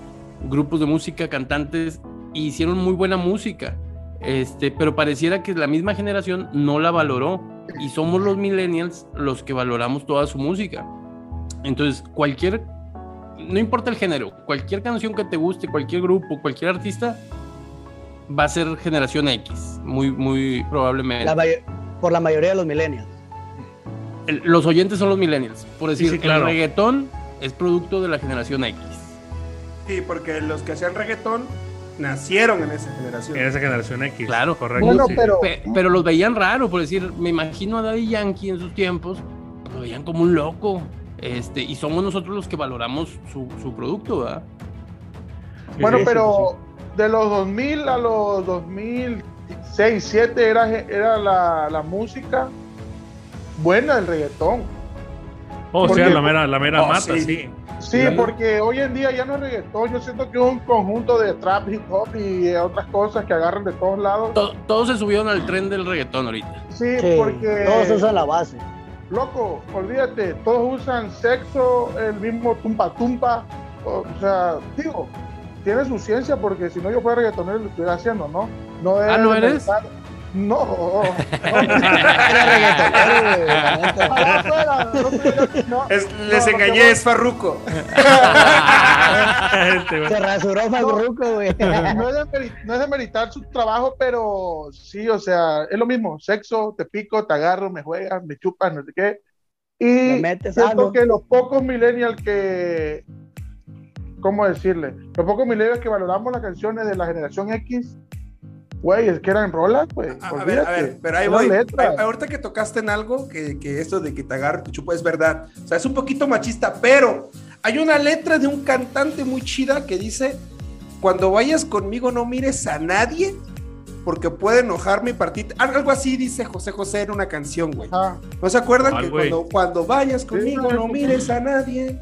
S5: grupos de música, cantantes, e hicieron muy buena música, este, pero pareciera que la misma generación no la valoró y somos los millennials los que valoramos toda su música. Entonces, cualquier, no importa el género, cualquier canción que te guste, cualquier grupo, cualquier artista, va a ser generación X, muy, muy probablemente.
S6: La may- por la mayoría de los millennials.
S5: El- los oyentes son los millennials. Por decir,
S3: Sí, sí, claro.
S5: el reggaetón es producto de la generación X.
S4: Sí, porque los que hacían reggaetón nacieron en esa
S3: En
S4: generación.
S3: esa generación X.
S5: Claro.
S3: correcto.
S7: Bueno,
S3: sí.
S7: pero,
S5: Pe- pero los veían raro, por decir, me imagino a Daddy Yankee en sus tiempos, lo veían como un loco. Este, y somos nosotros los que valoramos su, su producto, ¿verdad?
S7: bueno,
S3: Sí, sí,
S7: pero de los 2000 a los 2006, 7 era, era la, la música buena del reggaetón.
S3: sí. Oh,
S7: porque-
S3: sí, la mera, la mera
S4: Oh,
S3: mata,
S4: sí.
S3: sí.
S7: Sí,
S5: Claro.
S7: porque hoy en día ya no es reggaetón. Yo siento que es un conjunto de trap, hip hop y eh, otras cosas que agarran de todos lados.
S5: To- todos se subieron al tren del reggaetón ahorita.
S7: Sí,
S6: Sí,
S7: porque.
S6: Todos usan la base.
S7: Loco, olvídate, todos usan sexo, el mismo tumpa tumpa. O sea, digo, tiene su ciencia porque si no yo fuera reggaetonero lo estuviera haciendo, ¿no? no
S5: Ah,
S7: es
S5: ¿no
S7: de
S5: eres?
S7: molestar- No.
S6: Era reggaetonero, güey, la neta.
S7: Ojalá fuera, no te- no,
S4: Es-
S7: no,
S4: les
S7: lo que
S4: engañé,
S7: voy-
S4: es Farruco.
S3: Este, güey.
S6: Se rasuró Farruko, güey.
S7: no es, demeri- no es demeritar su trabajo, pero sí, o sea, es lo mismo, sexo, te pico, te agarro, me juegas, me chupas, no sé qué.
S6: Me
S7: Y
S6: metes algo.
S7: siento que los pocos millennials que, ¿cómo decirle? Los pocos millennials que valoramos las canciones de la generación X, güey, es que eran rolas, güey.
S4: Ah, A, a ver, a ver,
S7: olvídate,
S4: pero ahí
S7: eran
S4: voy.
S7: letras.
S4: Ahí- ahorita que tocaste en algo, que, que esto de que te agarro tu chupo es verdad. O sea, es un poquito machista, pero hay una letra de un cantante muy chida que dice: Cuando vayas conmigo, no mires a nadie, porque puede enojarme y partir. Algo así dice José José en una canción, güey.
S7: Ajá.
S4: ¿No se acuerdan
S3: Ah,
S4: que
S3: güey.
S4: cuando, cuando vayas conmigo,
S7: Sí,
S4: no
S7: sí.
S4: mires a nadie?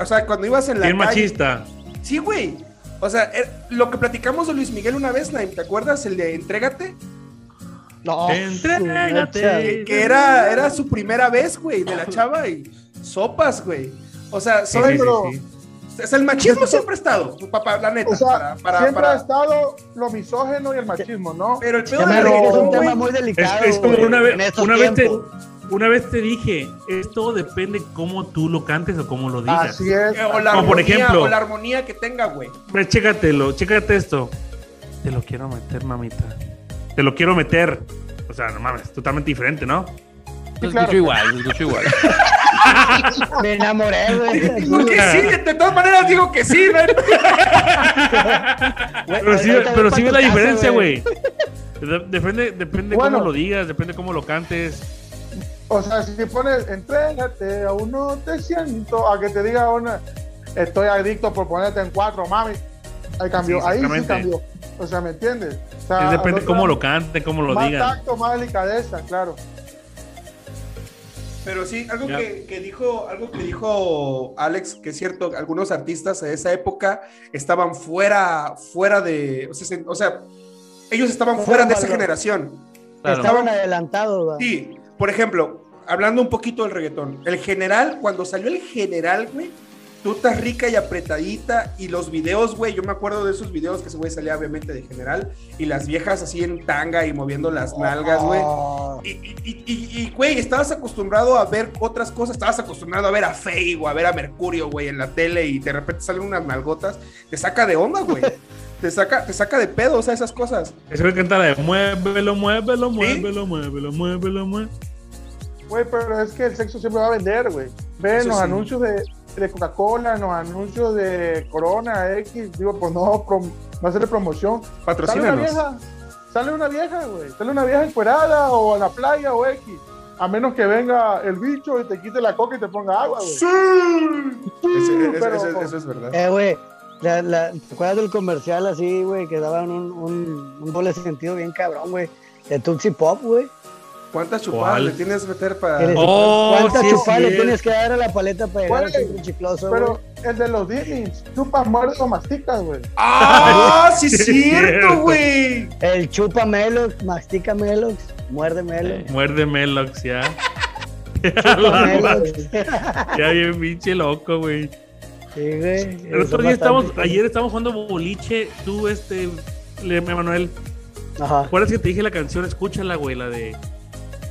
S4: O sea, cuando ibas en la
S3: Bien
S4: calle.
S3: machista.
S4: Sí, güey. O sea, eh, lo que platicamos de Luis Miguel una vez, Naim, ¿te acuerdas? El de Entrégate.
S7: Oh,
S6: No,
S3: Entrégate.
S6: su mecha.
S4: Que, que era, era su primera vez, güey, de la chava y sopas, güey. O sea,
S3: Sí,
S4: son-
S3: sí, sí,
S7: pero-
S3: sí.
S4: o sea, el machismo siempre ha estado, papá, la neta.
S7: O sea,
S4: para- para-
S7: siempre
S4: para-
S7: ha estado lo misógeno y el machismo, ¿no?
S4: Pero el pedo
S6: Ya me
S4: del
S7: Pero-
S6: reí, es
S4: reggaetón,
S6: un tema
S4: güey,
S6: muy
S3: Es,
S6: delicado.
S3: es como
S6: güey,
S3: una
S6: en
S3: vez,
S6: estos
S3: una vez te,
S6: tiempos.
S3: una vez te dije, es todo depende cómo tú lo cantes o cómo lo digas.
S7: Así es.
S4: o la
S3: Como por
S4: armonía,
S3: ejemplo.
S4: o la armonía que tenga, güey.
S3: Ve, chécatelo, chécate esto. Te lo quiero meter, mamita. Te lo quiero meter. O sea, no mames, totalmente diferente, ¿no?
S5: Lo
S7: claro.
S5: escucho igual, lo escucho igual.
S6: Me enamoré, güey.
S4: ¿Por qué sí? De todas maneras digo que sí, güey.
S3: Pero sí,
S6: ahorita
S3: pero
S6: voy
S3: sí
S6: pa'
S3: ve
S6: tu
S3: la
S6: casa,
S3: diferencia, güey. De- Depende, depende
S7: Bueno.
S3: cómo lo digas, depende cómo lo cantes.
S7: O sea, si pones entrégate, aún no te siento, a que te diga una, estoy adicto por ponerte en cuatro, mami. Ahí cambió,
S3: Sí,
S7: ahí sí
S3: exactamente.
S7: cambió. O sea, ¿me entiendes? O
S6: Ah,
S7: sea,
S3: Es depende
S7: al otro
S3: cómo
S7: lado,
S3: lo cante, cómo lo
S7: Más
S3: digan.
S7: tacto, más delicadeza, claro.
S4: Pero sí, algo
S3: Ya.
S4: que, que dijo, algo que dijo Alex, que es cierto, algunos artistas de esa época estaban fuera, fuera de, o sea, se- o sea, ellos estaban fuera de Ah. esa
S6: Claro.
S4: generación.
S5: Claro.
S6: Estaban adelantados, güey.
S4: Sí, por ejemplo, hablando un poquito del reggaetón, el general, cuando salió el general, güey, tú estás rica y apretadita, y los videos, güey, yo me acuerdo de esos videos que ese güey salía obviamente de general, y las viejas así en tanga y moviendo las nalgas, güey.
S6: Oh,
S4: Y, y- y- y, güey, estabas acostumbrado a ver otras cosas, estabas acostumbrado a ver a Fey o a ver a Mercurio, güey, en la tele y de repente salen unas nalgotas, te saca de onda, güey. te, saca, te saca de pedo, o sea, esas cosas.
S3: Ese güey canta la de muévelo, muévelo, muévelo, muévelo, muévelo, muévelo.
S7: Güey, pero es que el sexo siempre va a vender, güey. Ve
S4: Eso
S7: en los
S4: sí.
S7: anuncios de, de Coca-Cola, en los anuncios de Corona, X, digo, pues no, prom- no hacerle promoción. Sale una
S4: Patrocínanos.
S7: vieja, sale una vieja, güey. Sale una vieja encuerada o a la playa o X. A menos que venga el bicho y te quite la coca y te ponga agua, güey.
S4: Ese- ese-
S7: pero-
S4: ese- eso es verdad.
S6: Eh, güey. la- la- ¿Te acuerdas del comercial así, güey? Que daban un, un, un doble sentido bien cabrón, güey. De Tutsi Pop, güey.
S4: ¿Cuántas chupadas
S3: ¿Cuál?
S4: le tienes que meter
S6: Que
S4: para...?
S6: les-
S3: Oh,
S6: ¿Cuántas
S3: sí es
S6: chupadas le
S3: cierto.
S6: tienes que dar a la paleta para llegar
S7: Güey,
S6: al centro chicloso, güey?
S7: Pero el de los Diggins, chupas, muerdes o masticas, güey.
S4: ¡Ah, sí es
S3: Sí,
S4: cierto,
S3: cierto.
S4: güey!
S6: El chupa Melox, mastica Melox, muerde Melox.
S3: Muerde Melox, ya.
S6: chupa
S3: La
S6: Melox.
S3: Ya bien pinche loco, güey.
S6: Sí, güey.
S3: El otro
S6: Son
S3: día estamos,
S6: bastantes.
S3: ayer estamos jugando boliche, tú, este, le- Manuel.
S6: Ajá.
S3: ¿Recuerdas que te dije la canción? Escúchala, güey, la de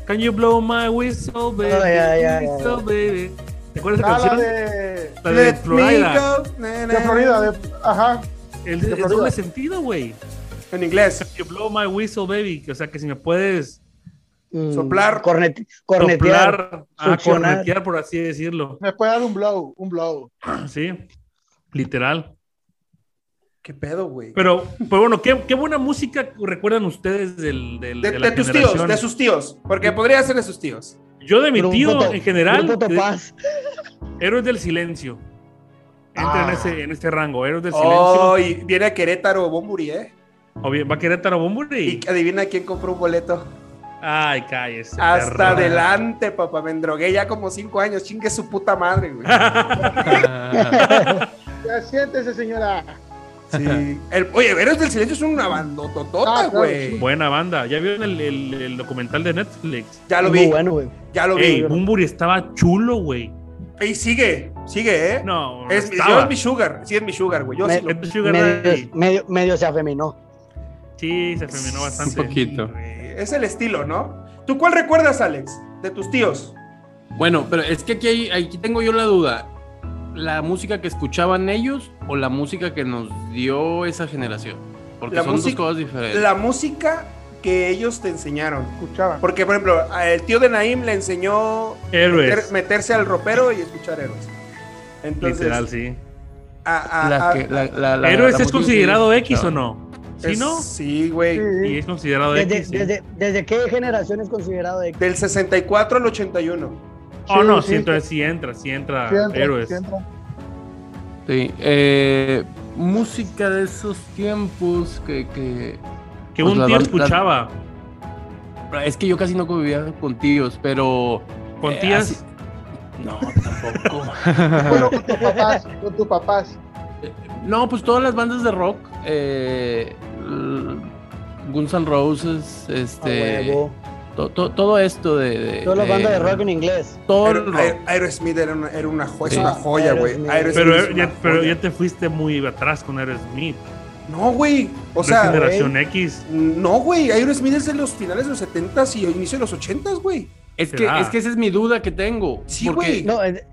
S3: Can you blow my whistle, baby?
S6: Ah, ya, ya, ya.
S3: whistle, baby. ¿Te acuerdas de
S7: Ah,
S3: la
S7: la
S3: canción?
S7: de,
S3: La de Florida.
S7: de Florida, de, ajá.
S3: El,
S7: de
S3: el
S7: Florida.
S3: doble sentido, güey.
S4: En inglés.
S3: Can you blow my whistle, baby? O sea, que si me puedes
S6: Mm,
S4: Soplar.
S6: cornete- cornetear.
S3: soplar, a
S6: succionar.
S3: cornetear, por así decirlo.
S7: Me puede dar un blow, un blow.
S3: Sí, literal.
S4: ¿Qué pedo, güey?
S3: Pero, pero bueno, ¿qué, qué buena música recuerdan ustedes del, del-
S4: De,
S3: de la
S4: de tus tíos,
S3: generación?
S4: de sus tíos. Porque podría ser de sus tíos.
S3: Yo de mi
S6: Grupo
S3: tío,
S6: To-
S3: en general,
S6: Grupo
S3: de-
S6: Topaz.
S3: Héroes del Silencio. Entra en,
S4: Ah.
S3: ese, en este rango, Héroes del
S4: Oh,
S3: Silencio.
S4: y viene a Querétaro Bomburi, ¿eh?
S3: O bien, va a Querétaro Bumburi.
S4: Y adivina quién compró un boleto.
S3: Ay, cállese.
S4: Hasta
S3: perro.
S4: adelante, papá. Me endrogué ya como cinco años. Chingue su puta madre, güey.
S7: Ya siéntese, señora.
S4: Sí. El- oye, Héroes del Silencio es una bandototota,
S7: Ah, claro,
S4: güey.
S7: sí.
S3: Buena banda. ¿Ya vieron el, el- el documental de Netflix?
S4: Ya lo
S6: Muy
S4: vi,
S6: bueno, güey.
S4: ya lo
S3: Ey,
S4: vi.
S3: Bumburi estaba chulo, güey.
S4: Y sigue, sigue, ¿eh?
S3: No,
S4: es,
S3: estaba.
S4: yo es mi sugar. Sí, es mi sugar, güey. Yo
S6: Me-
S4: sí lo-
S3: Es tu sugar
S6: Medio,
S3: daddy.
S6: medio, medio se afeminó.
S3: Sí, se feminó bastante.
S5: Un poquito.
S4: Eh, Es el estilo, ¿no? ¿Tú cuál recuerdas, Alex? De tus tíos.
S5: Bueno, pero es que aquí, hay- aquí tengo yo la duda. ¿La música que escuchaban ellos o la música que nos dio esa generación? Porque
S4: La
S5: son
S4: música-
S5: dos cosas diferentes.
S4: La música que ellos te enseñaron.
S7: Escuchaban.
S4: Porque, por ejemplo, a el tío de Naim le enseñó meter-
S3: Héroes.
S4: meterse al ropero y escuchar héroes. Entonces,
S3: Literal, sí.
S4: a- a-
S5: La
S4: a-
S5: que- la- la- la-
S3: ¿Héroes
S5: la
S3: es
S5: música que
S3: considerado
S5: ellos
S3: X o
S5: escuchaban.
S3: no? Sí,
S4: es-
S3: ¿no?
S4: Sí, güey.
S3: Y
S7: Sí,
S3: es considerado
S6: Desde,
S3: X. sí.
S6: desde, ¿Desde qué generación es considerado X?
S4: Del 64 al 81.
S3: Oh, no,
S7: sí,
S3: sí, entonces sí entra, sí entra.
S7: sí entra,
S3: héroes.
S7: sí entra.
S5: Sí. eh, música de esos tiempos que, que-
S3: Que
S5: Pues
S3: un
S5: la
S3: tío
S5: verdad-
S3: escuchaba.
S5: Es que yo casi no convivía con tíos, pero...
S3: Con
S5: eh,
S3: tías.
S5: así- No, tampoco.
S7: Bueno, con tus papás, con tus papás.
S5: No, pues todas las bandas de rock. Eh, l- Guns N' Roses,
S6: A
S4: Ah,
S5: este.
S6: Ah, huevo.
S5: to- to- todo esto de. de-
S6: Todas las
S5: de-
S6: bandas de rock en inglés.
S5: Todo el
S4: Aero-
S5: rock.
S4: Aer- Aerosmith era una, era una, jo- es
S5: Sí.
S4: una joya, güey.
S6: Aerosmith.
S4: Aerosmith
S3: Pero,
S4: es una
S3: ya, pero
S4: joya.
S3: ya te fuiste muy atrás con Aerosmith.
S4: No, güey. O
S3: No es
S4: sea,
S3: generación X.
S4: no, güey. Aerosmith es de los finales de los 70s y inicio de los 80s, güey.
S5: Es que,
S3: Será.
S5: es que esa es mi duda que tengo.
S4: Sí,
S5: porque-
S4: güey.
S6: No, es,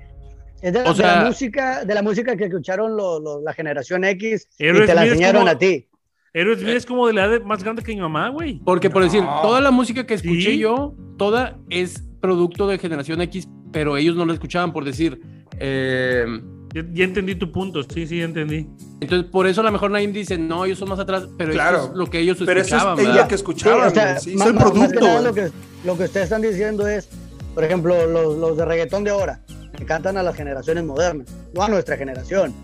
S6: es de,
S5: O
S6: de
S5: sea-
S6: la música, de la música que escucharon lo- lo- la generación X y te
S3: Aerosmith
S6: la
S3: es
S6: enseñaron
S3: como-
S6: a ti.
S4: Eh.
S3: Aerosmith es como de la edad más grande que mi mamá, güey.
S5: Porque, por decir,
S4: No.
S5: toda la música que escuché
S3: Sí.
S5: yo, toda es producto de Generación X, pero ellos no la escuchaban, por decir. eh,
S3: Ya, ya entendí tu punto, sí, sí, ya entendí.
S5: entonces, por eso a lo mejor Naim dice, no, ellos son más atrás, pero esto
S4: Claro.
S5: es lo que ellos
S4: Pero eso es
S5: escuchaban,
S4: ella
S5: ¿verdad?
S4: que
S6: Sí,
S4: escuchaba,
S6: o
S4: güey. Sí,
S6: sea,
S4: es
S6: más-
S4: el
S6: más- más
S4: producto,
S6: que nada
S4: güey.
S6: lo que, lo que ustedes están diciendo es, por ejemplo, los, los de reggaetón de ahora, que cantan a las generaciones modernas, no a nuestra generación.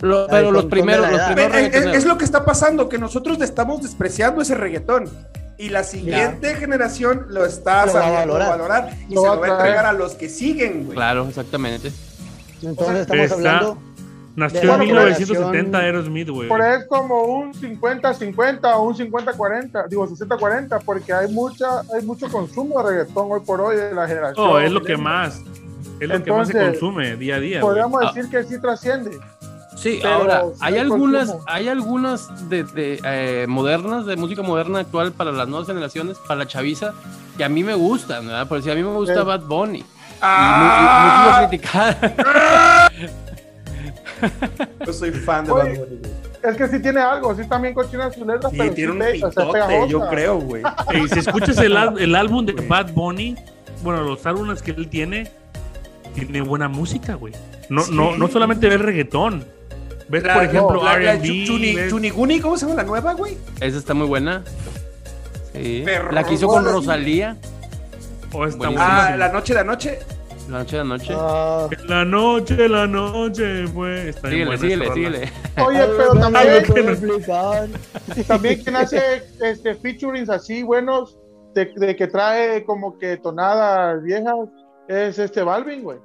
S5: Lo-
S6: Ay,
S5: pero los
S6: son- son de
S5: primeros,
S6: la
S5: los
S6: edad.
S5: primeros
S4: Ve, eh, es- es,
S5: reggaetoneros.
S4: es lo que está pasando, que nosotros le estamos despreciando ese reggaetón. Y la siguiente generación lo está
S6: Lo va a
S4: sabiendo
S6: valorar.
S4: valorar y
S7: Lo
S4: se
S7: va
S4: lo
S7: a
S4: va a
S7: traer.
S4: entregar a los que siguen, güey.
S5: Claro, exactamente.
S6: Entonces
S3: sea,
S6: estamos
S3: está-
S6: hablando...
S3: Nació en
S7: Bueno,
S3: 1970 Aerosmith, güey.
S7: Pero es como un 50-50 o un 50-40, digo 60-40, porque hay mucha, hay mucho consumo de reggaetón hoy por hoy de la generación.
S3: No, es lo que más. Es lo que más se
S7: Entonces,
S3: consume día a día. güey.
S7: Podríamos
S5: Ah.
S7: decir que sí trasciende.
S5: Sí,
S7: Pero
S5: ahora,
S7: sí
S5: hay
S7: hay
S5: algunas,
S7: consumo.
S5: hay algunas de, de, eh, modernas, de música moderna actual para las nuevas generaciones, para la chaviza, que a mí me gustan, ¿verdad? Por si a mí me gusta
S7: Sí.
S5: Bad Bunny. y mu- y
S4: Ah,
S5: mucho criticada.
S4: yo soy fan de
S7: Oye,
S4: Bad Bunny, güey.
S7: Es que sí tiene algo, sí también cochina sus letras,
S4: Sí,
S7: pero
S4: tiene
S7: sí
S4: un
S7: pe- o sea,
S4: pitote,
S7: pegajosa.
S4: yo creo, güey.
S3: Eh, si escuchas el, al- el álbum de Bad Bunny, bueno, los álbumes que él tiene, tiene buena música, güey. No,
S4: Sí.
S3: no, no solamente ves reggaetón. Ves,
S4: La-
S3: por ejemplo,
S4: la- la Chu- Chuni-
S3: R&B. ves-
S4: Chuniguni, ¿cómo se llama la nueva, güey?
S5: Esa está muy buena. Sí.
S4: Perro,
S5: la que hizo con
S4: sí.
S5: Rosalía,
S3: oh, está
S5: Buenísimo.
S3: buena.
S4: Ah, la noche de anoche.
S5: la noche de la noche.
S6: ah,
S3: La noche, la noche, güey. Está bien
S5: síguele,
S3: buena
S5: síguele,
S3: esa rola.
S5: síguele.
S7: Oye, pero
S6: no
S7: también,
S6: puedo
S3: que no-
S6: explicar.
S7: también quien hace este featurings así buenos, de, de que trae como que tonadas viejas, es este Balvin, güey.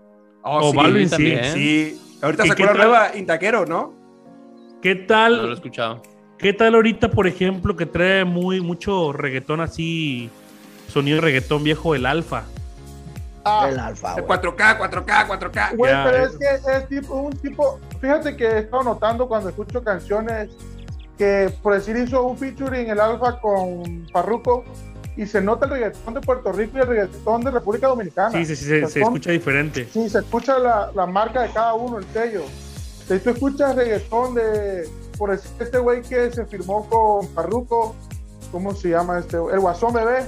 S3: Oh,
S5: sí, ¿eh?
S3: Balvin, sí,
S5: también.
S4: Sí. Ahorita
S3: ¿Y
S4: sacó
S3: qué
S4: la
S3: tal?
S4: nueva Intaquero, ¿no?
S3: ¿Qué
S5: No lo he
S3: tal,
S5: escuchado.
S3: qué tal ahorita, por ejemplo, que trae muy mucho reggaetón así, sonido de reggaetón viejo, el alfa?
S7: Ah,
S6: El alfa,
S4: El
S6: güey.
S4: 4K, 4K, 4K.
S7: Güey,
S3: Ya,
S7: pero
S3: eh.
S7: es que es tipo, un tipo. Fíjate que he estado notando cuando escucho canciones que, por decir, hizo un featuring el Alfa con Farruko y se nota el reggaetón de Puerto Rico y el reggaetón de República Dominicana.
S3: Sí, sí, sí, se, se
S7: Son-
S3: escucha diferente.
S7: Sí, se escucha la, la marca de cada uno, el sello. Si tú escuchas reggaetón de, por decir, este güey que se firmó con Parruco, ¿cómo se llama este? güey? El Guasón Bebé.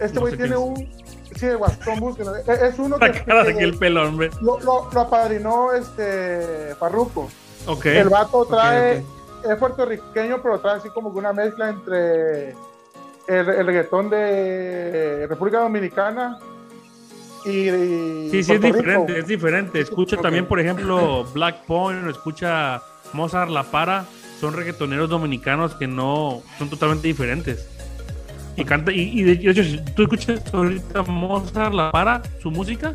S7: Este
S3: No
S7: güey
S3: sé
S7: tiene
S3: quién
S7: un... Sí, el Guasón, búsquenlo. Es, es uno
S3: La
S7: que,
S3: cara de
S7: que
S3: aquel pelón, hombre.
S7: lo, lo, lo apadrinó este Parruco.
S3: Ok.
S7: El vato trae,
S3: ok.
S7: es puertorriqueño, pero trae así como que una mezcla entre el, el reggaetón de República Dominicana y. y
S3: Sí, sí, es
S7: Puerto Rico.
S3: diferente, es diferente. Escucha
S7: Ok.
S3: también, por ejemplo, Black Point, escucha Mozart La Para, son reggaetoneros dominicanos que no son totalmente diferentes. Y canta, y, y de hecho, si tú escuchas ahorita Mozart La Para, su música,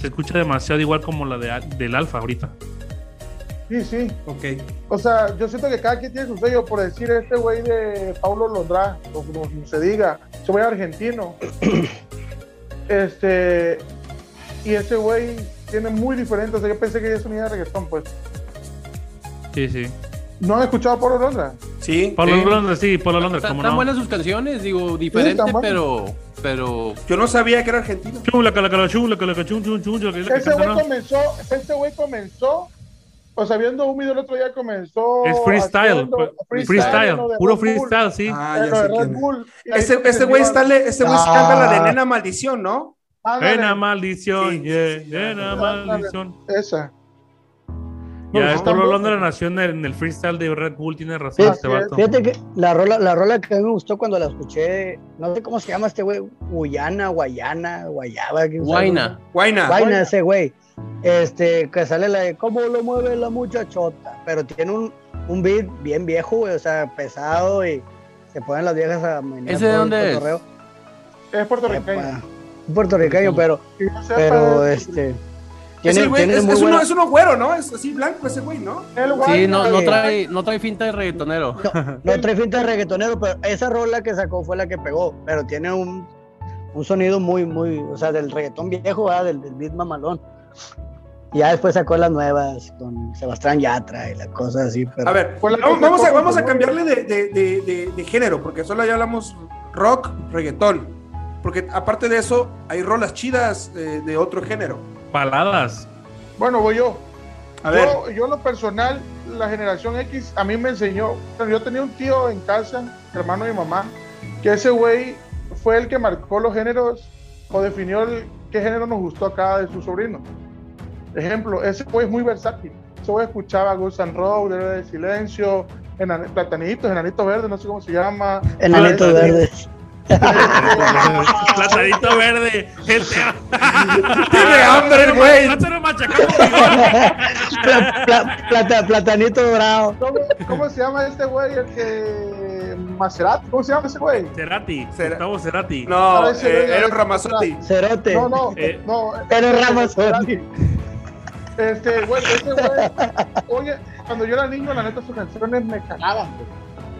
S3: se escucha demasiado igual como la de, Al- del Alfa ahorita.
S7: Sí, sí.
S4: Ok.
S7: O sea, yo siento que cada quien tiene su sello, por decir este güey de Paulo Londra, o como se diga, ese güey argentino. este. Y ese güey tiene muy diferente. O sea, yo pensé que era sonido de reggaetón, pues.
S3: Sí, sí.
S7: ¿No han escuchado a Paulo Londra?
S4: Sí.
S3: Pablo
S4: sí.
S3: Londres, sí, Pablo Londres,
S5: Están
S3: cómo
S5: están
S3: no.
S5: buenas sus canciones, digo, diferente,
S7: buenas.
S5: pero. Pero.
S4: Yo no sabía que era argentino.
S3: Chula, cala, cala, chula, cala, cala, chun, chun, chun, chula, cala,
S7: Ese
S3: cala,
S7: güey
S3: no.
S7: comenzó, ese güey comenzó, o sea, viendo un video el otro día comenzó.
S3: Es freestyle, pues,
S7: haciendo
S3: freestyle,
S7: lo de
S3: puro
S7: Red Bull,
S3: freestyle, sí.
S4: Ah, ya
S7: eh, lo de
S4: sé
S7: Red
S4: quién.
S7: Bull. Y este ahí
S4: Ese,
S7: fue que
S4: ese güey
S7: se
S4: está,
S7: dio-
S4: le- ese güey se
S7: Ah.
S4: canta la de Nena Maldición, ¿no?
S7: Ándale,
S3: Nena maldición,
S4: Sí, sí,
S3: yeah,
S4: sí,
S3: nena
S7: ándale.
S3: maldición.
S7: Esa. Pues, No,
S3: Ya,
S7: está
S3: Pablo
S7: bueno.
S3: Londres nació en el, en el freestyle de Red Bull, tiene razón
S6: Sí,
S3: este
S7: así es.
S3: vato.
S6: Fíjate que la rola, la rola que a mí me gustó cuando la escuché, no sé cómo se llama este güey, Guyana, Guayana, Guayaba. ¿quién sabe?
S5: Guaina.
S4: Ah, Guayna.
S6: Guayna,
S7: Guayna.
S6: ese güey. Este, que sale la de cómo lo mueve la muchachota, pero tiene un, un beat bien viejo, güey, o sea, pesado y se ponen las viejas a menear
S5: ¿Ese de
S6: todo el
S5: dónde es?
S6: cotorreo.
S7: Es puertorriqueño.
S6: Epa, un puertorriqueño, pero,
S7: Que yo sepa,
S6: pero
S7: es-
S6: este.
S4: Ese
S6: Tiene,
S4: güey-
S6: tiene
S4: es,
S6: muy
S4: es
S6: buena-
S4: uno, es uno güero, ¿no? Es así blanco ese güey, ¿no?
S7: el
S5: Sí,
S7: Guayna,
S5: no, no
S6: Sí.
S5: trae, no trae finta de reggaetonero.
S6: No trae finta de reggaetonero, pero esa rola que sacó fue la que pegó, pero tiene un, un sonido muy, muy, o sea, del reggaetón viejo, ¿verdad? del, del beat mamalón. Y ya después sacó las nuevas con Sebastián Yatra y las cosas así, pero...
S4: A ver,
S7: Pues la
S4: vamos,
S7: cosa
S4: vamos a, vamos
S7: como que
S4: a
S7: no.
S4: cambiarle de, de- de- de- de género, porque solo ya hablamos rock, reggaetón. Porque aparte de eso, hay rolas chidas eh, de otro género.
S3: Paladas.
S7: Bueno, voy yo.
S4: A ver,
S7: Yo, yo en lo personal, la generación X a mí me enseñó, pero yo tenía un tío en casa, hermano de mi mamá, que ese güey fue el que marcó los géneros o definió el- qué género nos gustó a cada de sus sobrinos. Ejemplo, ese güey es muy versátil. Ese güey escuchaba Guns N' Roses, Héroes del Silencio, Enan- Platanitos, Enanitos Verdes, no sé cómo se llama.
S6: Enanitos
S7: Este,
S6: verdes.
S3: Platanito verde. Este...
S4: tiene hambre el güey.
S3: Plátano machacado.
S6: Pla- pla- plata- platanito dorado.
S7: ¿Cómo, cómo se llama este güey? El que... Maserati, ¿cómo se llama ese güey?
S3: Cerati,
S4: Cera-
S3: Gustavo Cerati.
S4: No,
S7: A ver si
S4: eh,
S7: le-
S4: era Ramazotti.
S6: Cerote.
S7: No, no,
S3: Eh,
S7: no.
S6: Pero
S7: este,
S6: Ramazotti.
S7: Este, güey, ese güey. Oye, cuando yo era niño, la neta, sus canciones me cagaban, güey.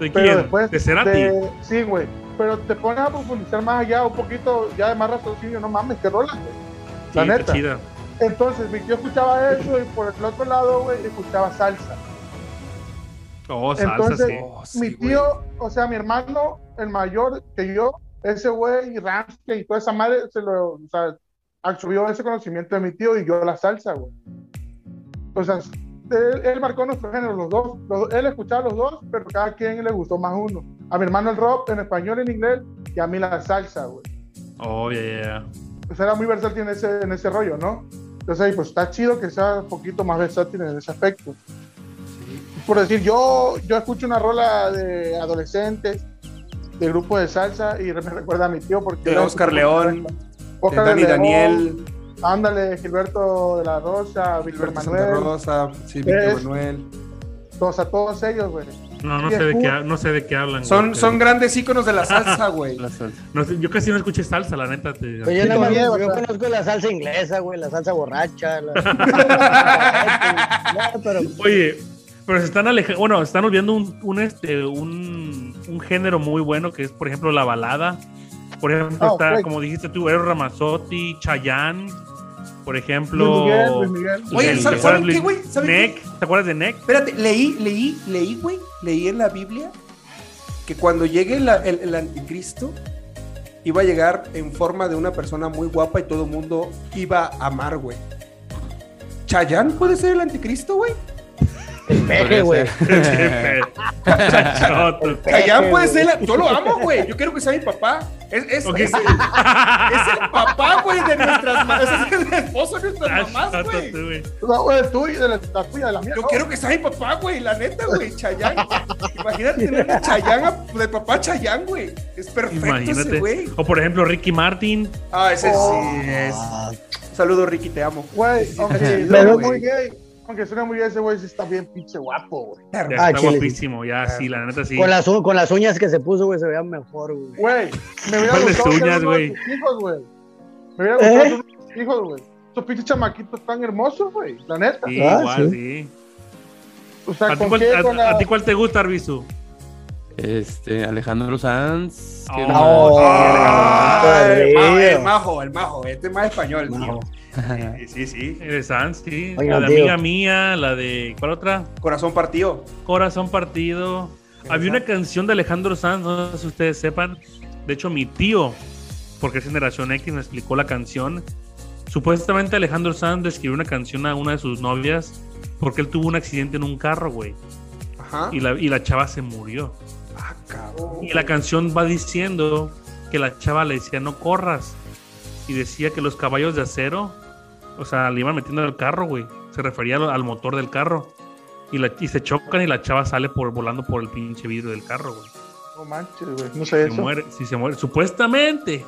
S3: ¿De quién?
S7: Pero después.
S3: de Cerati.
S7: de- sí, güey. Pero te pones a profundizar más allá, un poquito, ya de más raciocinio, no mames, qué rola, güey.
S3: Sí,
S7: La
S3: está
S7: neta.
S3: chida.
S7: Entonces, mi tío escuchaba eso y por el otro lado, güey, escuchaba salsa.
S3: Oh, salsa,
S7: Entonces-
S3: sí.
S4: Oh,
S7: mi
S4: sí, güey.
S7: tío, o sea, mi hermano, el mayor que yo, ese güey, y Ramsey y toda esa madre, se lo, o sea, absorbió ese conocimiento de mi tío y yo la salsa, güey. O sea, él, él marcó nuestro género, los dos. los- él escuchaba los dos, pero cada quien le gustó más uno. A mi hermano el rock en español, en inglés, y a mí la salsa, güey.
S3: Oh, yeah, yeah, yeah.
S7: O sea, era muy versátil en ese, en ese rollo, ¿no? Entonces, ahí, pues está chido que sea un poquito más versátil en ese aspecto. Por decir, yo, yo escucho una rola de adolescentes, de grupo de salsa, y me recuerda a mi tío porque...
S4: De Oscar León, de
S7: Oscar
S4: Dani
S7: León,
S4: Daniel,
S7: Ándale, Gilberto de la Rosa, Vilber
S4: Gilberto Santa
S7: Manuel,
S4: Rosa, sí, Víctor
S7: Es-
S4: Manuel.
S7: todos, a todos ellos, güey.
S3: No, no
S7: Y
S3: sé, de qué,
S7: escu-
S3: ha- no sé de qué hablan.
S4: Son,
S3: güey, pero-
S4: son grandes íconos de la salsa, güey.
S5: La salsa.
S3: no sé, yo casi no escuché salsa, la neta. te-
S6: Pues yo,
S7: Sí,
S6: nada más-
S7: todavía,
S6: yo
S7: o sea.
S6: conozco la salsa inglesa, güey, la salsa borracha. la- No, pero
S3: Oye, pero se están alejando, bueno, se están olvidando un, un, este, un, un género muy bueno que es, por ejemplo, la balada. Por ejemplo,
S7: Ah,
S3: está,
S7: güey.
S3: como dijiste tú, Eros Ramazzotti, Chayanne, por ejemplo...
S7: Luis Miguel, Luis Miguel.
S4: Oye,
S3: el-
S4: ¿saben-
S3: ¿te acuerdas
S4: saben qué,
S3: de-
S4: güey? ¿Saben
S3: Neck, ¿te acuerdas de Neck?
S4: Espérate, leí, leí, leí, güey, leí en la Biblia que cuando llegue la- el, el anticristo iba a llegar en forma de una persona muy guapa y todo el mundo iba a amar, güey. ¿Chayán puede ser el anticristo, güey?
S6: el peje,
S5: Podría
S6: güey.
S3: Chachoto.
S4: Chayán
S6: Peje,
S4: puede
S6: güey.
S4: ser la- Yo lo amo, güey. Yo quiero que sea mi papá. Es, es,
S3: Ok.
S4: es, el, es el papá, güey, de nuestras mamás. Es el esposo de nuestras mamás,
S3: Chachoto,
S4: güey.
S3: tú, güey.
S7: No, güey, tú y de la, la tuya, de la mía.
S4: Yo
S7: no.
S4: quiero que sea mi papá, güey, la neta, güey, Chayán. Imagínate tener a Chayán, a- de papá Chayán, güey. Es perfecto ese
S3: Imagínate.
S4: güey.
S3: O por ejemplo, Ricky Martin.
S4: Ah, ese
S7: Oh.
S4: sí
S6: Ah,
S4: es. Saludos, Ricky, te amo.
S7: Güey, aunque
S4: sí,
S7: suene
S4: güey.
S7: muy gay, aunque suene muy gay, ese güey sí está bien pinche guapo, güey.
S3: Ya
S6: Ah,
S3: está
S6: chile, sí.
S3: guapísimo, ya sí, la neta sí.
S6: Con, las, u- con las uñas que se puso, güey, se veía mejor, güey.
S7: Güey, me hubiera
S3: ¿Cuáles
S7: gustado ser
S3: uñas,
S7: uno
S3: güey?
S7: de tus hijos, güey. Me hubiera gustado
S6: ¿Eh?
S7: ser uno de tus hijos, güey. Esos pinches chamaquitos tan hermosos, güey. La neta.
S3: Sí,
S6: Ah,
S3: igual,
S6: sí.
S3: sí.
S7: O sea,
S3: ¿A ti
S7: con
S3: cuál-
S7: qué, con
S3: a-
S7: la...
S3: a ti cuál te gusta, Arbizu?
S5: Este, Alejandro Sanz. ¿qué
S3: Oh.
S5: más?
S6: No.
S4: Ah,
S6: Ay,
S4: el, majo,
S6: Dios.
S4: el majo, el majo, este es más español,
S6: Majo.
S4: tío. Sí, sí, sí.
S3: De Sanz, sí.
S6: Oiga,
S3: la de
S6: tío.
S3: amiga mía, la de. ¿Cuál otra?
S4: Corazón partido.
S3: Corazón partido. Había una canción de Alejandro Sanz, no sé si ustedes sepan. De hecho, mi tío, porque es Generación X, me explicó la canción. Supuestamente Alejandro Sanz le escribió una canción a una de sus novias porque él tuvo un accidente en un carro, güey.
S4: Ajá.
S3: Y la, y la chava se murió.
S4: Ah, cabrón.
S3: Y la canción va diciendo que la chava le decía no corras. Y decía que los caballos de acero, o sea, le iban metiendo al carro, güey. Se refería al, al motor del carro. Y, la- y se chocan y la chava sale por, volando por el pinche vidrio del carro, güey.
S7: No manches, güey. No sé
S3: Se
S7: eso.
S3: muere, si se muere. Supuestamente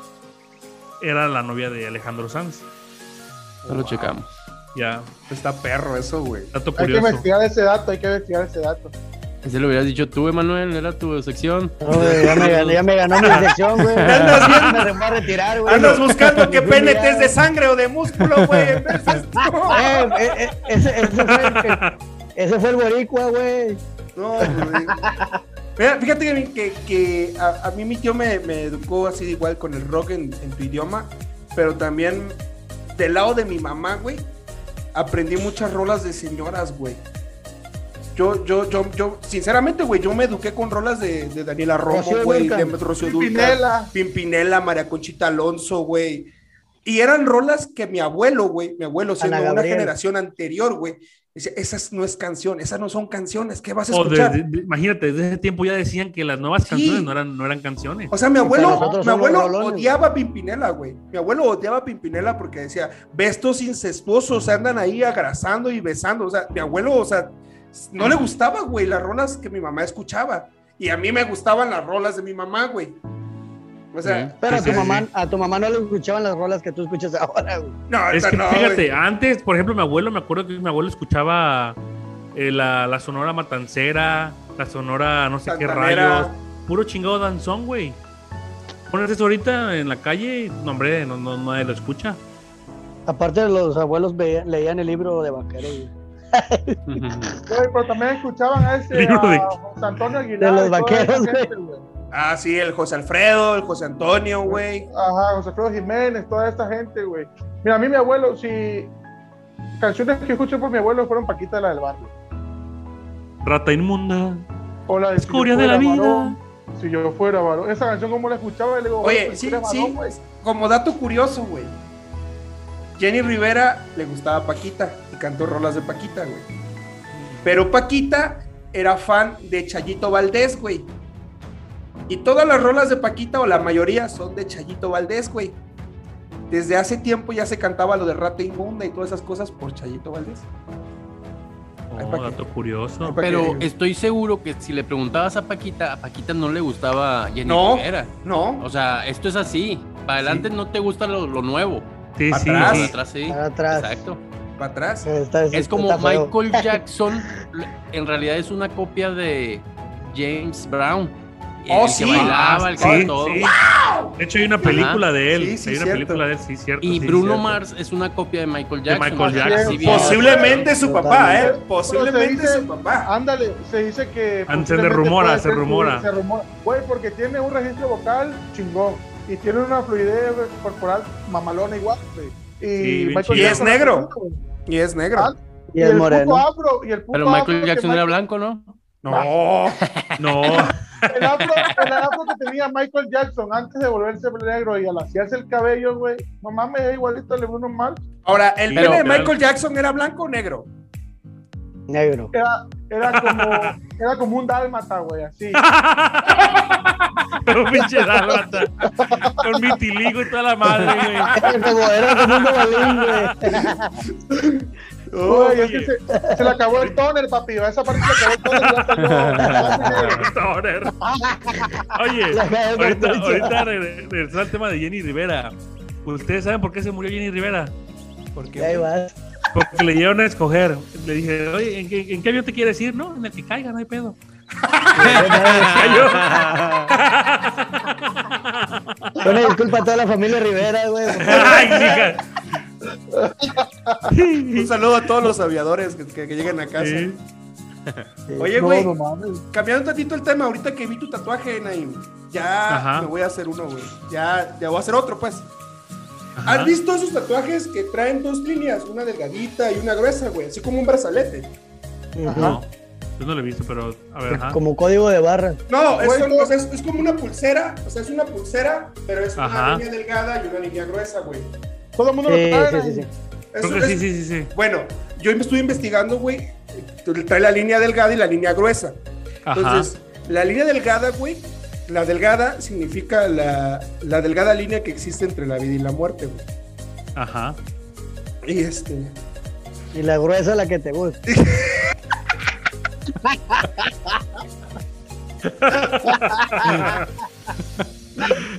S3: era la novia de Alejandro Sanz.
S5: Solo checamos.
S3: Ya,
S4: Está perro eso, güey.
S3: dato
S7: Hay que
S3: curioso.
S7: investigar ese dato, hay que investigar ese dato.
S5: Ese lo hubieras dicho tú, Emanuel, era tu sección.
S6: No, güey, ya, me, ganó- ya me ganó mi sección, güey.
S4: Andas bien.
S6: Me voy a retirar, güey.
S4: Andas buscando que
S6: Sí,
S4: pene
S6: ya.
S4: es de sangre o de músculo, güey. en vez de-
S6: Eh, eh, eh, ese, ese fue el que- ese fue el boricua, güey.
S4: No, güey. Mira, fíjate que, que- que a, a mí mi tío me, me educó así igual con el rock en, en tu idioma, pero también del lado de mi mamá, güey, aprendí muchas rolas de señoras, güey. Yo, yo, yo, yo, sinceramente, güey, yo me eduqué con rolas de, de Daniela Romo,
S6: Rocío
S4: güey, de
S6: Dúrcal.
S4: Rocío Dúrcal.
S7: Pinela.
S4: Pimpinela, María Conchita Alonso, güey. Y eran rolas que mi abuelo, güey, mi abuelo siendo una
S6: Gabriel.
S4: generación anterior, güey, decía, esas no es canción, esas no son canciones, ¿qué vas a
S3: O
S4: escuchar?
S3: desde- de- imagínate, desde ese tiempo ya decían que las nuevas
S4: Sí.
S3: canciones no eran, no eran canciones.
S4: O sea, mi
S6: Para
S4: abuelo,
S6: nosotros
S4: mi
S6: son los
S4: abuelo
S6: rolones, güey.
S4: odiaba a Pimpinela, güey. Mi abuelo odiaba a Pimpinela porque decía, ve estos incestuosos andan ahí agrazando y besando. O sea, mi abuelo, o sea, no le gustaba, güey, las rolas que mi mamá escuchaba. Y a mí me gustaban las rolas de mi mamá, güey. O sea,
S6: Pero a
S3: Sí,
S6: tu
S3: sí,
S6: mamá,
S3: sí.
S6: a tu mamá no le escuchaban las rolas que tú escuchas ahora, güey.
S4: no,
S3: Es
S4: esa
S3: que
S4: no, güey.
S3: fíjate, antes, por ejemplo, mi abuelo, me acuerdo que mi abuelo escuchaba eh, la, la sonora matancera, la sonora no sé qué
S4: Santanera.
S3: rayos, puro chingado danzón, güey. Pones eso ahorita en la calle, no, hombre, no, no, nadie lo escucha.
S6: Aparte los abuelos veían- leían el libro de vaquero, güey.
S7: Güey, pero también escuchaban a ese
S3: Libro de-
S7: a José Antonio Aguilar.
S6: De los
S7: y toda esa
S6: vaqueros,
S7: gente, güey.
S4: Ah, sí, el José Alfredo, el José Antonio, güey.
S7: Ajá, José Alfredo Jiménez, toda esta gente, güey. Mira, a mí mi abuelo, si canciones que escuché por mi abuelo fueron Paquita la del barrio.
S3: Rata inmunda,
S7: O la de Si yo
S3: escoria de la
S7: fuera
S3: vida.
S7: varón, si yo fuera varón. Esa canción como la escuchaba, le digo, güey,
S4: Oye,
S7: si
S4: sí,
S7: eres varón,
S4: sí,
S7: güey.
S4: como dato curioso, güey. Jenny Rivera le gustaba Paquita y cantó rolas de Paquita, güey. Pero Paquita era fan de Chayito Valdés, güey. Y todas las rolas de Paquita, o la mayoría, son de Chayito Valdés, güey. Desde hace tiempo ya se cantaba lo de Rata Inmunda y todas esas cosas por Chayito Valdés. Ay,
S3: Oh,
S4: ¿pa' qué?
S3: dato curioso.
S4: Ay, ¿pa'
S5: Pero
S4: qué?
S5: estoy seguro que si le preguntabas a Paquita, a Paquita no le gustaba Jenny
S4: No.
S5: Rivera.
S4: No,
S5: O sea, esto es así. Para adelante no te gusta lo, lo nuevo.
S3: Sí,
S4: pa'
S3: sí,
S5: Para
S4: atrás.
S3: sí.
S5: atrás sí.
S6: Para atrás.
S5: Exacto.
S4: para atrás.
S6: Está-
S5: Es como
S6: está feo.
S5: Michael Jackson, en realidad es una copia de James Brown.
S4: Oh,
S5: el
S4: sí.
S5: Que bailaba, el que
S3: Sí,
S5: era todo.
S3: sí. De hecho, hay una película de él.
S4: Sí, sí,
S3: hay una
S4: cierto.
S3: película de él, sí, cierto.
S5: Y
S3: sí,
S5: Bruno
S3: cierto.
S5: Mars es una copia de Michael
S3: De
S5: Jackson.
S3: Michael
S5: Así
S7: Jackson.
S5: bien.
S4: Posiblemente su papá, ¿eh? Posiblemente
S7: Pero se
S4: su
S7: dice-
S4: papá.
S7: Ándale, se dice que.
S3: Han- Ah, se
S7: posiblemente
S3: rumora,
S7: puede
S3: se
S7: ser que
S3: rumora.
S7: Se rumora. Güey, porque tiene un registro vocal chingón. Y tiene una fluidez corporal mamalona igual, güey.
S3: Sí,
S7: Y,
S3: bien
S7: Michael
S3: chido.
S4: Y es
S7: Jackson-
S4: negro. Y es negro.
S7: Ah,
S6: Y el
S7: puto
S6: moreno.
S7: afro, y el puto
S5: Pero Michael
S7: afro que
S5: Jackson era blanco, ¿no?
S4: No.
S3: No,
S7: El afro, el afro que tenía Michael Jackson antes de volverse negro y al hacerse el cabello, güey. No mames, es igualito al de Bruno Mars.
S4: Ahora, ¿el
S3: Sí,
S4: pene de
S3: pero-
S4: Michael Jackson era blanco o negro?
S6: Negro.
S7: Era, era, como, era como un dálmata, güey, así.
S3: un pinche dálmata. Con vitiligo y toda la madre, güey.
S6: Era como, era como un balín, güey.
S7: Güey, es que se, se le acabó el toner, papi. A esa parte se le acabó el toner. ya
S3: Toner.
S7: salió- ya
S3: Oye,
S6: La cara de
S3: ahorita,
S6: Patricia.
S3: ahorita regre- regresando al tema de Jenny Rivera. ¿Ustedes saben por qué se murió Jenny Rivera?
S6: Y ahí vas.
S3: Porque le dieron a escoger. Le dije, oye, ¿en qué, en qué avión te quieres ir? No, en el que caiga, no hay pedo.
S6: Una disculpa a toda la familia Rivera, güey.
S3: Ay, hija.
S4: Un saludo a todos los aviadores que, que- que llegan a casa.
S3: Sí.
S4: Oye,
S7: No,
S4: güey,
S7: no mames.
S4: cambiando un tantito el tema, ahorita que vi tu tatuaje, Naim, ya
S3: Ajá.
S4: me voy a hacer uno, güey. Ya, ya voy a hacer otro, pues.
S3: Ajá.
S4: ¿Has visto esos tatuajes que traen dos líneas, una delgadita y una gruesa, güey? Así como un brazalete.
S6: Ujú.
S3: No. Yo no lo he visto, pero a ver, ajá.
S6: Como código de barra.
S4: No, es,
S7: Güey,
S4: con-
S7: todo-
S4: o sea, es- es como una pulsera, o sea, es una pulsera, pero es
S3: Ajá.
S4: una línea delgada y una línea gruesa, güey.
S7: Todo el mundo
S6: Sí,
S7: lo sabe.
S6: sí, sí, sí.
S4: Eso
S3: Creo que
S4: es-
S3: sí, sí, sí, sí.
S4: Bueno, yo me estuve investigando, güey. Trae la línea delgada y la línea gruesa.
S3: Ajá.
S4: Entonces, la línea delgada, güey, la delgada significa la, la delgada línea que existe entre la vida y la muerte, güey.
S3: Ajá.
S4: Y este.
S6: Y la gruesa la que te gusta.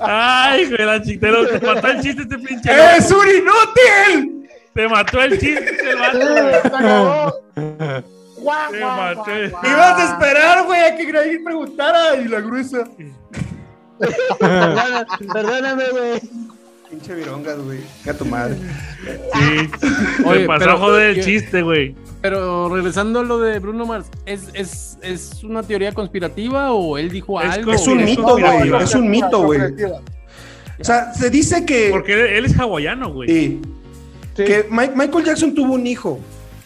S3: Ay, güey, la chistero. Te mató el chiste este pinche.
S4: ¡Es un inútil!
S3: Te mató el chiste el vato,
S7: Sí,
S3: güey.
S7: se acabó. Guau,
S3: Te
S7: guau, guau,
S3: maté.
S7: guau.
S4: Me ibas a esperar, güey, a que Grail preguntara y la gruesa.
S6: Perdona- Perdóname, güey.
S4: Pinche virongas, güey. Que a tu madre.
S3: Sí.
S5: Oye,
S3: Te pasó
S5: pero-
S3: a joder el
S5: yo-
S3: chiste, güey.
S5: Pero regresando a lo de Bruno Mars, ¿es, es, es una teoría conspirativa o él dijo
S3: Es
S5: algo?
S3: Es un mito, güey,
S7: Todo
S4: es un mito, güey. O sea, se dice que.
S3: Porque él, él es hawaiano, güey.
S4: Sí,
S7: Sí.
S4: que Mike- Michael Jackson tuvo un hijo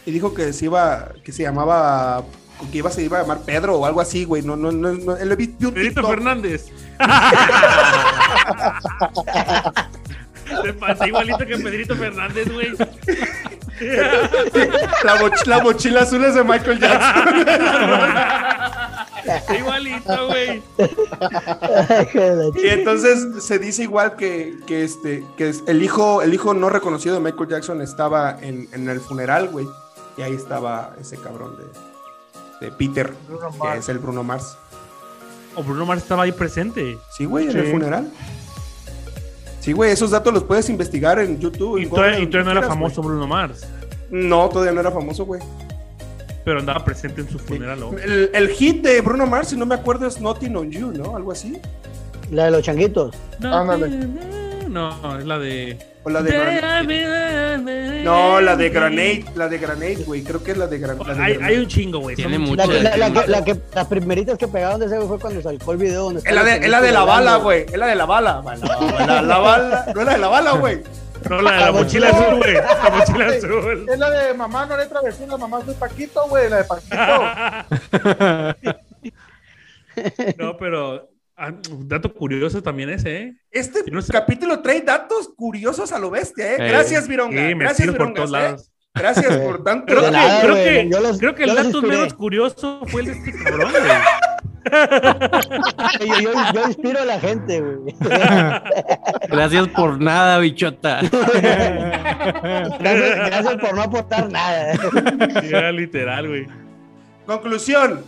S4: y dijo que se iba, que se llamaba, que iba, se iba a llamar Pedro o algo así, güey. No, no, no, no, él lo vi- vi un
S3: Pedrito
S4: TikTok.
S3: Fernández. Te pasó igualito que Pedrito Fernández, güey.
S4: La, moch- la mochila azul es de Michael Jackson.
S3: Está igualito, güey.
S6: Hijo de la ch-
S4: y entonces se dice igual que, que este, que es- el hijo, el hijo no reconocido de Michael Jackson estaba en, en el funeral, güey. Y ahí estaba ese cabrón de, de Peter,
S7: Bruno
S4: que
S7: Mars.
S4: es el Bruno Mars.
S3: O Bruno Mars estaba ahí presente.
S4: Sí, güey, en el
S7: Sí.
S4: funeral. Sí, güey, esos datos los puedes investigar en YouTube.
S3: Y
S4: en
S3: todavía,
S4: Google,
S3: y todavía no
S4: quieras,
S3: era
S4: güey.
S3: famoso Bruno Mars.
S4: No, todavía no era famoso, güey.
S3: Pero andaba presente en su funeral. ¿no?
S4: El, el hit de Bruno Mars, si no me acuerdo, es Nothing on You, ¿no? Algo así.
S6: La de los changuitos.
S7: Ándale.
S3: No, es la de.
S4: O la de Gran- No, la de Granate, la de Granate, güey. Creo que es la de Gran- la de
S3: Hay,
S4: Granate.
S3: hay un chingo, güey.
S5: Tiene
S3: Son-
S5: mucho
S6: La que, la, la que-
S5: de-
S6: la que- las primeritas que pegaron de ese güey fue cuando sacó el video. Donde
S4: Es la de, es la de la bala, güey. Es la de la bala. Bala, bala, la bala. No es la de la bala, güey.
S3: No, la de la
S6: La
S3: mochila
S7: mochila.
S3: azul, güey. La mochila azul.
S7: Es la de mamá no le travesura, mamá soy Paquito, güey, la de Paquito.
S3: No, pero. ah, Dato curioso también ese, ¿eh?
S4: Este
S3: Yo no sé.
S4: capítulo trae datos curiosos a lo bestia, ¿eh?
S5: Eh,
S4: Gracias, Vironga.
S3: Sí,
S4: Gracias,
S3: metido por
S4: Virongas,
S3: todos
S4: ¿eh?
S3: lados.
S4: Gracias por tanto.
S3: Creo que,
S6: De nada,
S3: creo
S6: güey,
S3: que,
S6: yo los-
S3: creo que el
S6: yo los
S3: dato
S6: inspiré.
S3: menos curioso fue el de este cabrón, güey.
S6: Yo, yo, yo inspiro a la gente, güey.
S5: Gracias por nada, bichota.
S6: Gracias, gracias por no aportar nada.
S3: Era literal, güey.
S4: Conclusión.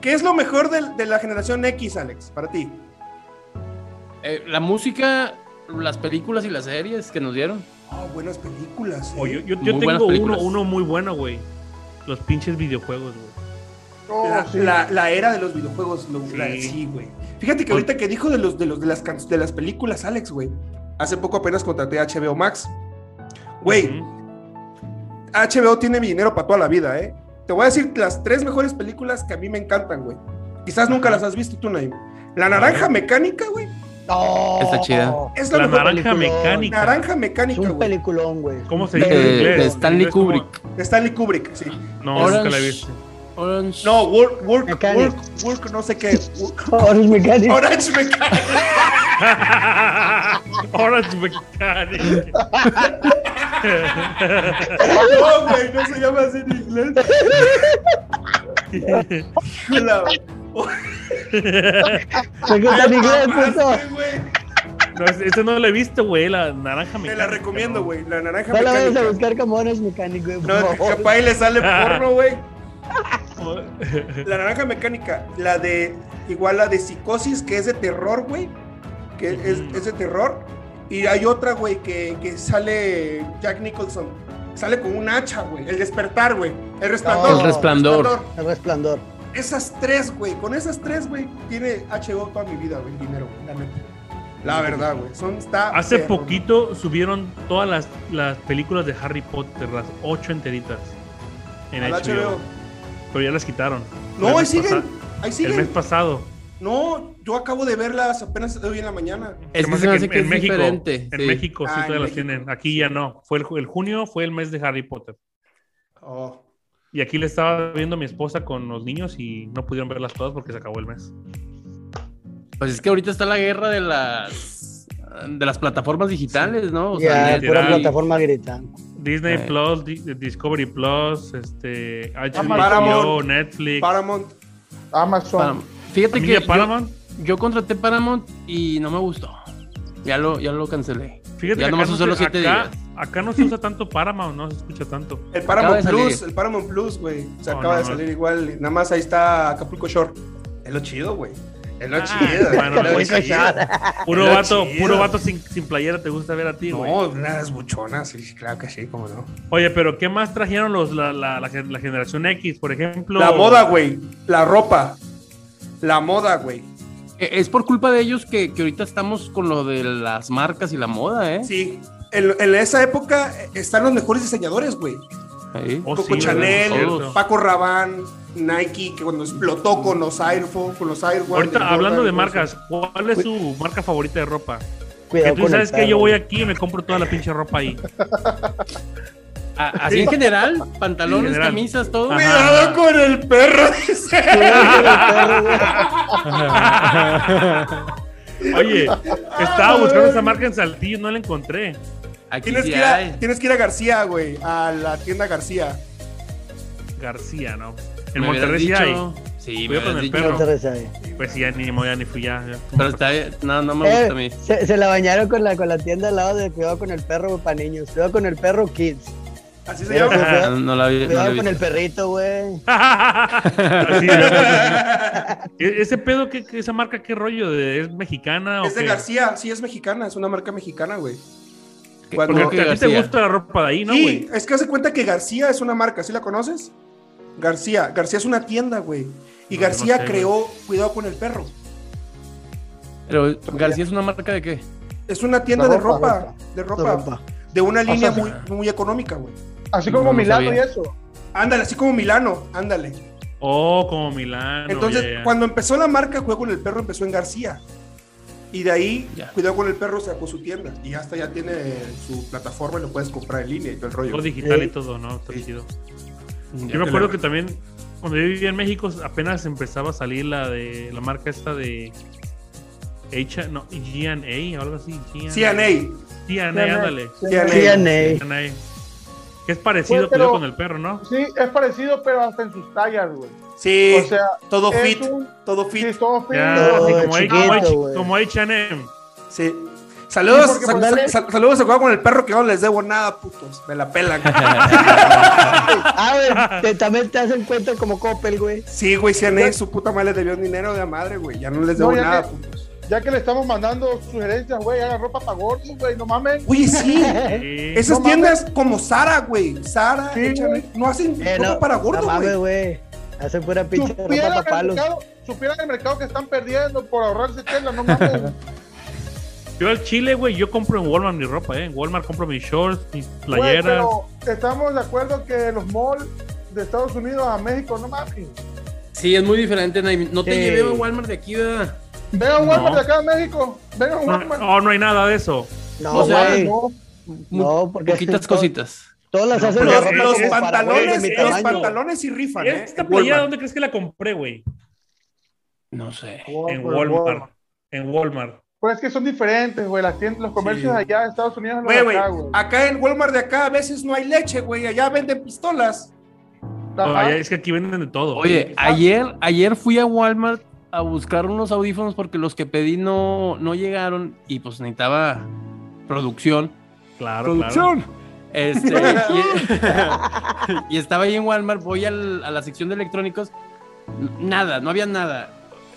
S4: ¿Qué es lo mejor del- de, la generación X, Alex, para ti?
S5: Eh, la música, las películas y las series que nos dieron.
S4: Oh, buenas películas. ¿eh?
S3: O yo, yo- yo
S5: Muy buenas
S3: tengo uno,
S5: películas.
S3: uno muy bueno, güey. Los pinches videojuegos, güey.
S7: Oh,
S4: la,
S7: sí.
S4: la- la era de los videojuegos, lo-
S3: Sí.
S4: la- sí, güey. Fíjate que ahorita que dijo de los de los de las can- de las películas, Alex, güey. Hace poco apenas contraté a HBO Max. Güey,
S3: Ujú.
S4: HBO tiene mi dinero para toda la vida, ¿eh? Te voy a decir las tres mejores películas que a mí me encantan, güey. Quizás nunca las has visto tú, Naim. La naranja mecánica, güey.
S6: No.
S5: Está chida.
S4: Es la,
S3: La
S4: mejor.
S3: naranja
S6: peliculón.
S3: mecánica.
S4: naranja
S6: Es
S4: mecánica,
S6: un
S4: güey.
S6: peliculón, güey.
S3: ¿Cómo se
S5: De,
S3: dice en
S5: Eh,
S6: eh,
S5: de
S3: inglés?
S5: Stanley
S3: En inglés, ¿cómo?
S5: Kubrick.
S4: De Stanley Kubrick, sí.
S3: No,
S5: Orange.
S3: nunca la viste.
S5: Orange.
S4: No, work, work,
S6: Mechanic.
S4: work, work, no sé qué. Work-
S6: Orange Mechanic.
S4: Orange Mechanic.
S3: Orange Mechanic.
S4: No, güey, no se llama así en inglés. Hola.
S6: ¿Por qué está en inglés, puto?
S4: Mamaste, güey.
S3: No, es- ese no lo he visto, güey. La naranja mecánica.
S4: Te la recomiendo, güey. La naranja
S6: No la vayas a
S4: mecánica.
S6: buscar como Orange Mechanic, güey. por
S4: No,
S6: favor.
S4: capaz ahí le sale porno, güey.
S3: güey.
S4: La naranja mecánica, la de igual la de psicosis, que es de terror, güey. Que es,
S3: Ujú.
S4: es de terror. Y hay otra, güey, que, que sale Jack Nicholson. Sale con un hacha, güey. El despertar, güey. El resplandor.
S6: El
S5: Resplandor.
S6: El resplandor.
S4: Esas tres, güey. Con esas tres, güey, tiene HBO toda mi vida, güey. el Dinero, güey, la neta. La verdad, güey. Son, está
S3: Hace
S4: perro,
S3: poquito subieron todas las, las películas de Harry Potter, las ocho enteritas. En
S4: güey. Al
S3: HBO.
S4: HBO.
S3: Pero ya las quitaron. El
S4: No, ahí
S3: mes
S4: siguen.
S3: pasa-
S4: Ahí
S3: El mes
S4: siguen.
S3: pasado.
S4: No, yo acabo de verlas apenas hoy en la mañana.
S3: Se me hace
S5: Es que Este se me
S3: que
S5: hace que es diferente.
S3: En
S5: sí.
S3: México sí
S4: Ah, en
S3: todavía las
S4: México.
S3: tienen. Aquí ya no. Fue el, ju- el junio fue el mes de Harry Potter.
S4: Oh.
S3: Y aquí le estaba viendo a mi esposa con los niños y no pudieron verlas todas porque se acabó el mes.
S5: Pues es que ahorita está la guerra de las de las plataformas digitales, ¿no? O
S6: Ya,
S3: literal.
S6: pura plataforma gritan.
S3: Disney
S5: Eh.
S3: Plus, Di- Discovery Plus, este, HBO,
S4: Ah, Paramount.
S3: Netflix,
S4: Paramount.
S7: Amazon.
S5: Param- Fíjate que
S3: familia
S5: yo-
S3: Paramount.
S5: Yo, contraté Paramount y no me gustó. Ya lo, ya lo cancelé.
S3: Fíjate
S5: ya
S3: que
S5: nomás
S3: acá, no
S5: usé
S3: se,
S5: los siete
S3: acá-
S5: días.
S3: acá no se usa tanto Paramount, no se escucha tanto.
S4: El
S5: Acaba de
S4: Paramount
S5: salir.
S4: Plus, el Paramount Plus, güey. Se
S3: No,
S4: acaba
S3: no,
S4: de
S3: no.
S4: salir igual. Nada más ahí está Acapulco Shore. Es lo chido, güey. Es lo
S3: Ah,
S4: chido.
S3: bueno,
S4: es lo
S3: pues,
S4: chido.
S3: Puro
S4: Lo
S3: vato,
S4: chido.
S3: puro vato sin, sin playera te gusta ver a ti, güey.
S4: No, unas buchonas, sí, claro que sí, cómo no.
S3: Oye, pero ¿qué más trajeron los, la, la- la gen- la generación X, por ejemplo?
S4: La moda, güey. La ropa. La moda, güey.
S5: Eh, Es por culpa de ellos que, que ahorita estamos con lo de las marcas y la moda, ¿eh?
S4: Sí. En, en esa época eh, están los mejores diseñadores, güey.
S5: Ahí.
S3: Oh,
S4: Coco
S3: sí,
S4: Chanel,
S3: ¿verdad? Cierto.
S4: Paco Rabanne, Nike, que cuando explotó con los Airfo, con los Air One, del
S3: Ahorita,
S4: Jordan,
S3: hablando de
S4: entonces,
S3: marcas, ¿cuál es su marca favorita de ropa? Que
S6: Cuidado
S3: tú
S6: con
S3: sabes
S6: el
S3: que yo
S6: carro.
S3: voy aquí y me compro toda la pinche ropa ahí.
S5: A- así en general, pantalones,
S3: En general.
S5: camisas, todo.
S3: Ajá.
S4: Cuidado con el perro, dice.
S6: Cuidado con el carro, güey.
S3: Oye, estaba buscando esa marca en Saltillo y no la encontré.
S5: Aquí
S4: Tienes
S5: sí
S4: que, ir a,
S5: hay.
S4: tienes que ir a García, güey, a la tienda García.
S3: García, ¿no? En
S5: Me hubieras
S3: Monterrey sí hay.
S5: dicho. Sí, me
S3: Cuidado con
S5: hubieras
S3: el
S5: dicho.
S3: perro.
S6: No te rezaré.
S3: Pues sí, ya ni moda ni fui ya. ya.
S5: Pero está No, no me gusta a mí.
S6: Eh, se, se la bañaron con la, con la tienda al lado de Cuidado con el perro para niños. Cuidado con el perro kids.
S4: Así se
S6: Cuidado,
S4: llama.
S3: Ah.
S5: No, no la vi. No la
S6: cuidado
S5: he
S6: con el
S5: visto.
S6: perrito, güey.
S3: Así es. E- ese pedo, ¿qué, qué- esa marca, qué rollo? De, ¿Es mexicana o
S4: Es de
S3: qué?
S4: García, sí es mexicana, es una marca mexicana, güey.
S5: ¿Qué-
S4: Cuando-
S3: Porque
S5: ¿Cómo que
S3: a ti te
S5: García?
S3: gusta la ropa de ahí, ¿no, güey?
S4: sí, es que hace cuenta que García es una marca, ¿sí la conoces? García, García es una tienda, güey. Y
S3: No, yo
S4: García
S3: no sé,
S4: creó Cuidado con el perro.
S5: Pero García es una marca de qué?
S4: Es una tienda
S7: La
S4: de
S7: ropa,
S4: ropa, de ropa,
S6: Ropa.
S4: de una línea muy,
S5: Pásame.
S4: muy económica, güey.
S7: Así
S5: No,
S7: como
S5: no
S7: Milano y
S5: sabía.
S7: eso.
S4: Ándale, así como Milano, ándale.
S3: Oh, como Milán.
S4: Entonces, cuando empezó la marca Cuidado con el Perro, empezó en García. Y de ahí,
S5: Ya.
S4: Cuidado con el Perro sacó su tienda. Y hasta ya tiene su plataforma y lo puedes comprar en línea y todo el rollo.
S3: digital y
S6: Sí.
S3: todo, ¿no? Está
S4: Sí.
S3: chido. Yo me acuerdo que también cuando yo vivía en México apenas empezaba a salir la de la marca esta de H, no, G&A o algo así. G&A,
S4: CNA.
S3: G&A, ándale.
S4: CNA.
S6: Sí, Aney.
S3: G&A. Que es parecido
S7: Pues,
S3: pero
S7: pero-
S3: con el perro, ¿no?
S7: Sí, es parecido, pero hasta en sus tallas, güey.
S4: Sí,
S7: O sea,
S4: todo
S7: es
S4: fit,
S7: un-
S4: todo
S7: sí,
S4: fit.
S7: todo fit.
S3: Ya,
S6: No,
S3: así como,
S6: chiquito,
S3: H- como, H-
S6: güey.
S3: como H&M.
S4: Sí. Saludos,
S7: Sí, porque pues,
S4: sal-
S7: ponele-
S4: sal- saludos a Cuidado con el Perro que no les debo nada, putos. Me la pelan.
S6: A ver, te, también te hacen cuenta como Coppel, güey.
S4: sí, güey, CNA, su puta madre le debió dinero de la madre, güey. Ya no les debo
S7: No, ya
S4: nada,
S7: que-
S4: putos.
S7: Ya que le estamos mandando sugerencias, güey, haga ropa para gordos, güey, no mames.
S4: Oye, sí.
S3: Sí.
S4: Esas
S7: No
S4: tiendas como Sara, güey. Sara,
S7: Sí,
S4: H&M,
S7: güey.
S4: no hacen
S6: Eh,
S4: ropa para gordo,
S6: no mames,
S4: güey.
S6: güey. Hacen pura pinche ropa
S7: Supieran
S6: para
S7: el,
S6: palos.
S7: mercado, supieran el mercado que están perdiendo por ahorrarse tela, no mames.
S3: Yo al Chile, güey, yo compro en Walmart mi ropa, ¿eh? En Walmart compro mis shorts, mis
S7: Güey,
S3: playeras.
S7: pero estamos de acuerdo que los malls de Estados Unidos a México, no mames.
S5: Sí, es muy diferente. Naim. No te
S6: Sí.
S5: llevé a Walmart de aquí, ¿verdad?
S7: Venga un Walmart
S3: No.
S7: de acá a México. Venga un
S3: No,
S7: Walmart.
S3: oh, no hay nada de eso.
S6: No,
S5: O sea,
S6: güey.
S7: no.
S5: Muy-
S6: No, porque-
S5: Poquitas cositas.
S6: Todas las hacen
S3: pero
S6: de
S3: es-
S4: Los,
S6: ropa
S4: los
S6: como para güeyes
S4: pantalones,
S6: de mi
S4: los
S6: tamaño.
S4: pantalones y rifan,
S7: Este
S4: ¿eh?
S3: ¿Esta
S4: En
S3: playera
S4: Walmart.
S3: dónde crees que la compré, güey?
S5: No sé.
S3: En Walmart. En Walmart.
S7: Pues es que son diferentes, güey. Las tiendas, los comercios
S4: Sí.
S7: allá de Estados Unidos, los
S4: Güey,
S7: de
S4: güey,
S7: acá,
S3: ah,
S7: güey.
S4: acá en Walmart de acá a veces no hay leche, güey. Allá venden pistolas.
S7: Ajá.
S3: Oye, es que aquí venden de todo.
S5: Oye, ayer, ayer fui a Walmart a buscar unos audífonos porque los que pedí no, no llegaron y pues necesitaba producción.
S3: claro, claro.
S5: Este, y, y estaba ahí en Walmart, voy al- a la sección de electrónicos, n- nada, no había nada.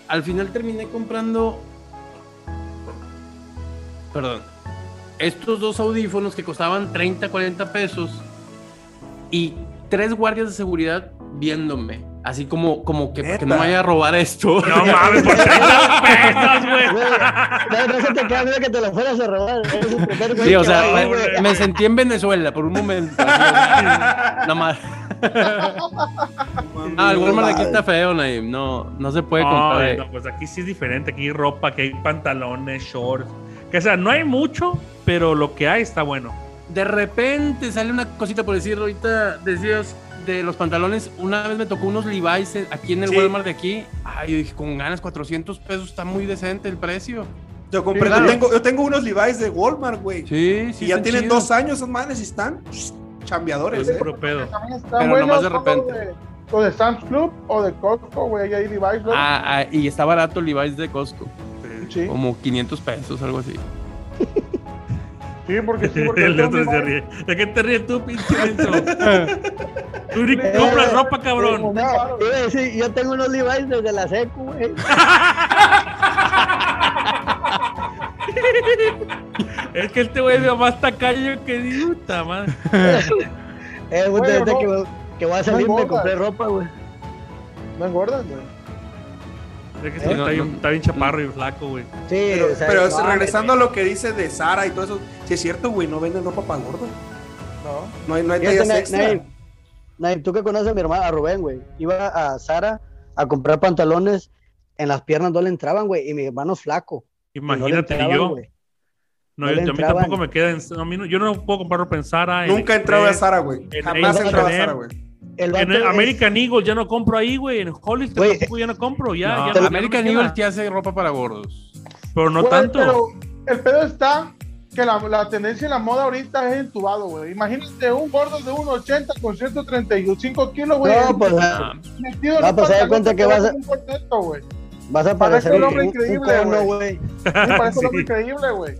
S5: Al final terminé comprando, perdón, estos dos audífonos que costaban 30, 40 pesos y tres guardias de seguridad viéndome, así como, como que, que no
S4: Neta.
S5: vaya a robar esto.
S3: No mames, por 30 pesos, güey.
S6: Güey, No, no se te queda miedo que te lo fueras a robar. Eres el primer güey
S5: Sí, o
S6: que
S5: sea,
S6: va ahí,
S5: me,
S6: güey.
S5: me sentí en Venezuela por un momento. Nada más. Ah, el Walmart de aquí está feo, Naim. No, no se puede comprar.
S3: Ay,
S5: eh.
S3: no, pues aquí sí es diferente. Aquí hay ropa, aquí hay pantalones, shorts. Que, o sea, no hay mucho, pero lo que hay está bueno.
S5: De repente sale una cosita por decir, ahorita decías, de los pantalones, una vez me tocó unos Levi's aquí en el
S4: Sí.
S5: Walmart de aquí. Ay, yo dije, con ganas 400 pesos, está muy decente el precio.
S4: Yo compré,
S7: Sí, claro.
S4: yo, tengo, yo tengo unos Levi's de Walmart, güey.
S5: Sí, sí.
S4: y ya
S5: están
S4: tienen
S5: chidos.
S4: dos años, esos manes y están pss, chambeadores,
S3: Es
S4: ¿eh?
S3: puro pedo.
S7: También está
S5: Pero
S7: bueno
S5: nomás de
S7: todo
S5: repente.
S7: de- O de Sam's Club o de Costco, güey, ahí Levi's, güey.
S5: Ah, ah, y está barato el Levi's de Costco,
S7: sí,
S5: como 500 pesos, algo así.
S7: sí, porque sí, porque
S3: El
S7: yo
S3: otro
S7: tengo
S3: se
S7: mi-
S3: ríe. ¿De qué te ríes tú, pinche menso? Tú ni compras ropa, cabrón.
S7: Tengo varo, güey.
S6: Iba a decir, yo tengo unos Levi's desde la secu, güey. Eh,
S3: Es que este güey es más tacaño que puta madre.
S6: Eh, puta,
S7: Güey,
S6: ahorita
S7: no.
S6: que, voy- que voy a salir
S7: No
S6: me
S7: engordas.
S6: compré ropa, güey.
S7: No engordas, güey.
S3: Es que este güey
S5: No,
S3: está, bien,
S5: no.
S3: está bien chaparro y flaco, güey.
S6: Sí,
S4: Pero,
S6: o sea,
S4: pero
S6: no,
S4: regresando a lo que dice de Sara y todo eso, si es cierto, güey, no venden ropa para gordo.
S7: No.
S4: No hay, no hay
S6: Fíjate,
S4: tallas
S6: Na-
S4: extra.
S6: Naim, Naim, tú que conoces a mi hermana, a Rubén, güey. Iba a Sara a comprar pantalones, en las piernas no le entraban, güey, y mi hermano es flaco. y no le
S3: Imagínate
S6: entraban,
S3: yo.
S6: güey.
S3: No,
S6: no
S3: yo
S6: le
S3: a mí
S6: entraban.
S3: tampoco me queda en, a mí no- yo no puedo comprar ropa en Zara. en
S4: Nunca he entrado a
S3: Express.
S4: Sara, güey.
S3: en
S4: Jamás he
S6: H&M.
S4: entrado a Zara, güey.
S6: El
S3: En
S6: vato
S3: el
S6: es-
S3: American Eagle ya no compro ahí, güey. En Hollister
S6: Güey,
S3: tampoco ya no compro. Ya,
S5: No,
S3: ya no- ya
S5: American
S3: no me queda.
S5: Eagle que hace ropa para gordos.
S3: Pero no
S7: Güey,
S3: tanto.
S7: Pero el pedo está que la, la tendencia en la moda ahorita es entubado, güey. Imagínate un gordo de 1,80 con 135 kilos, güey.
S6: No, pues ah,
S3: Ah,
S7: metido en
S6: no,
S7: un
S6: pues, se da
S7: pantalón
S6: cuenta que
S7: te
S6: vas
S7: ve
S6: a-
S7: como un cuarteto, güey. Sí,
S6: vas a
S7: Parece
S6: parecer
S7: un
S6: un,
S7: hombre
S6: un- un
S7: increíble,
S6: cono,
S7: güey.
S6: güey.
S7: parece lo
S3: Sí.
S7: increíble, güey.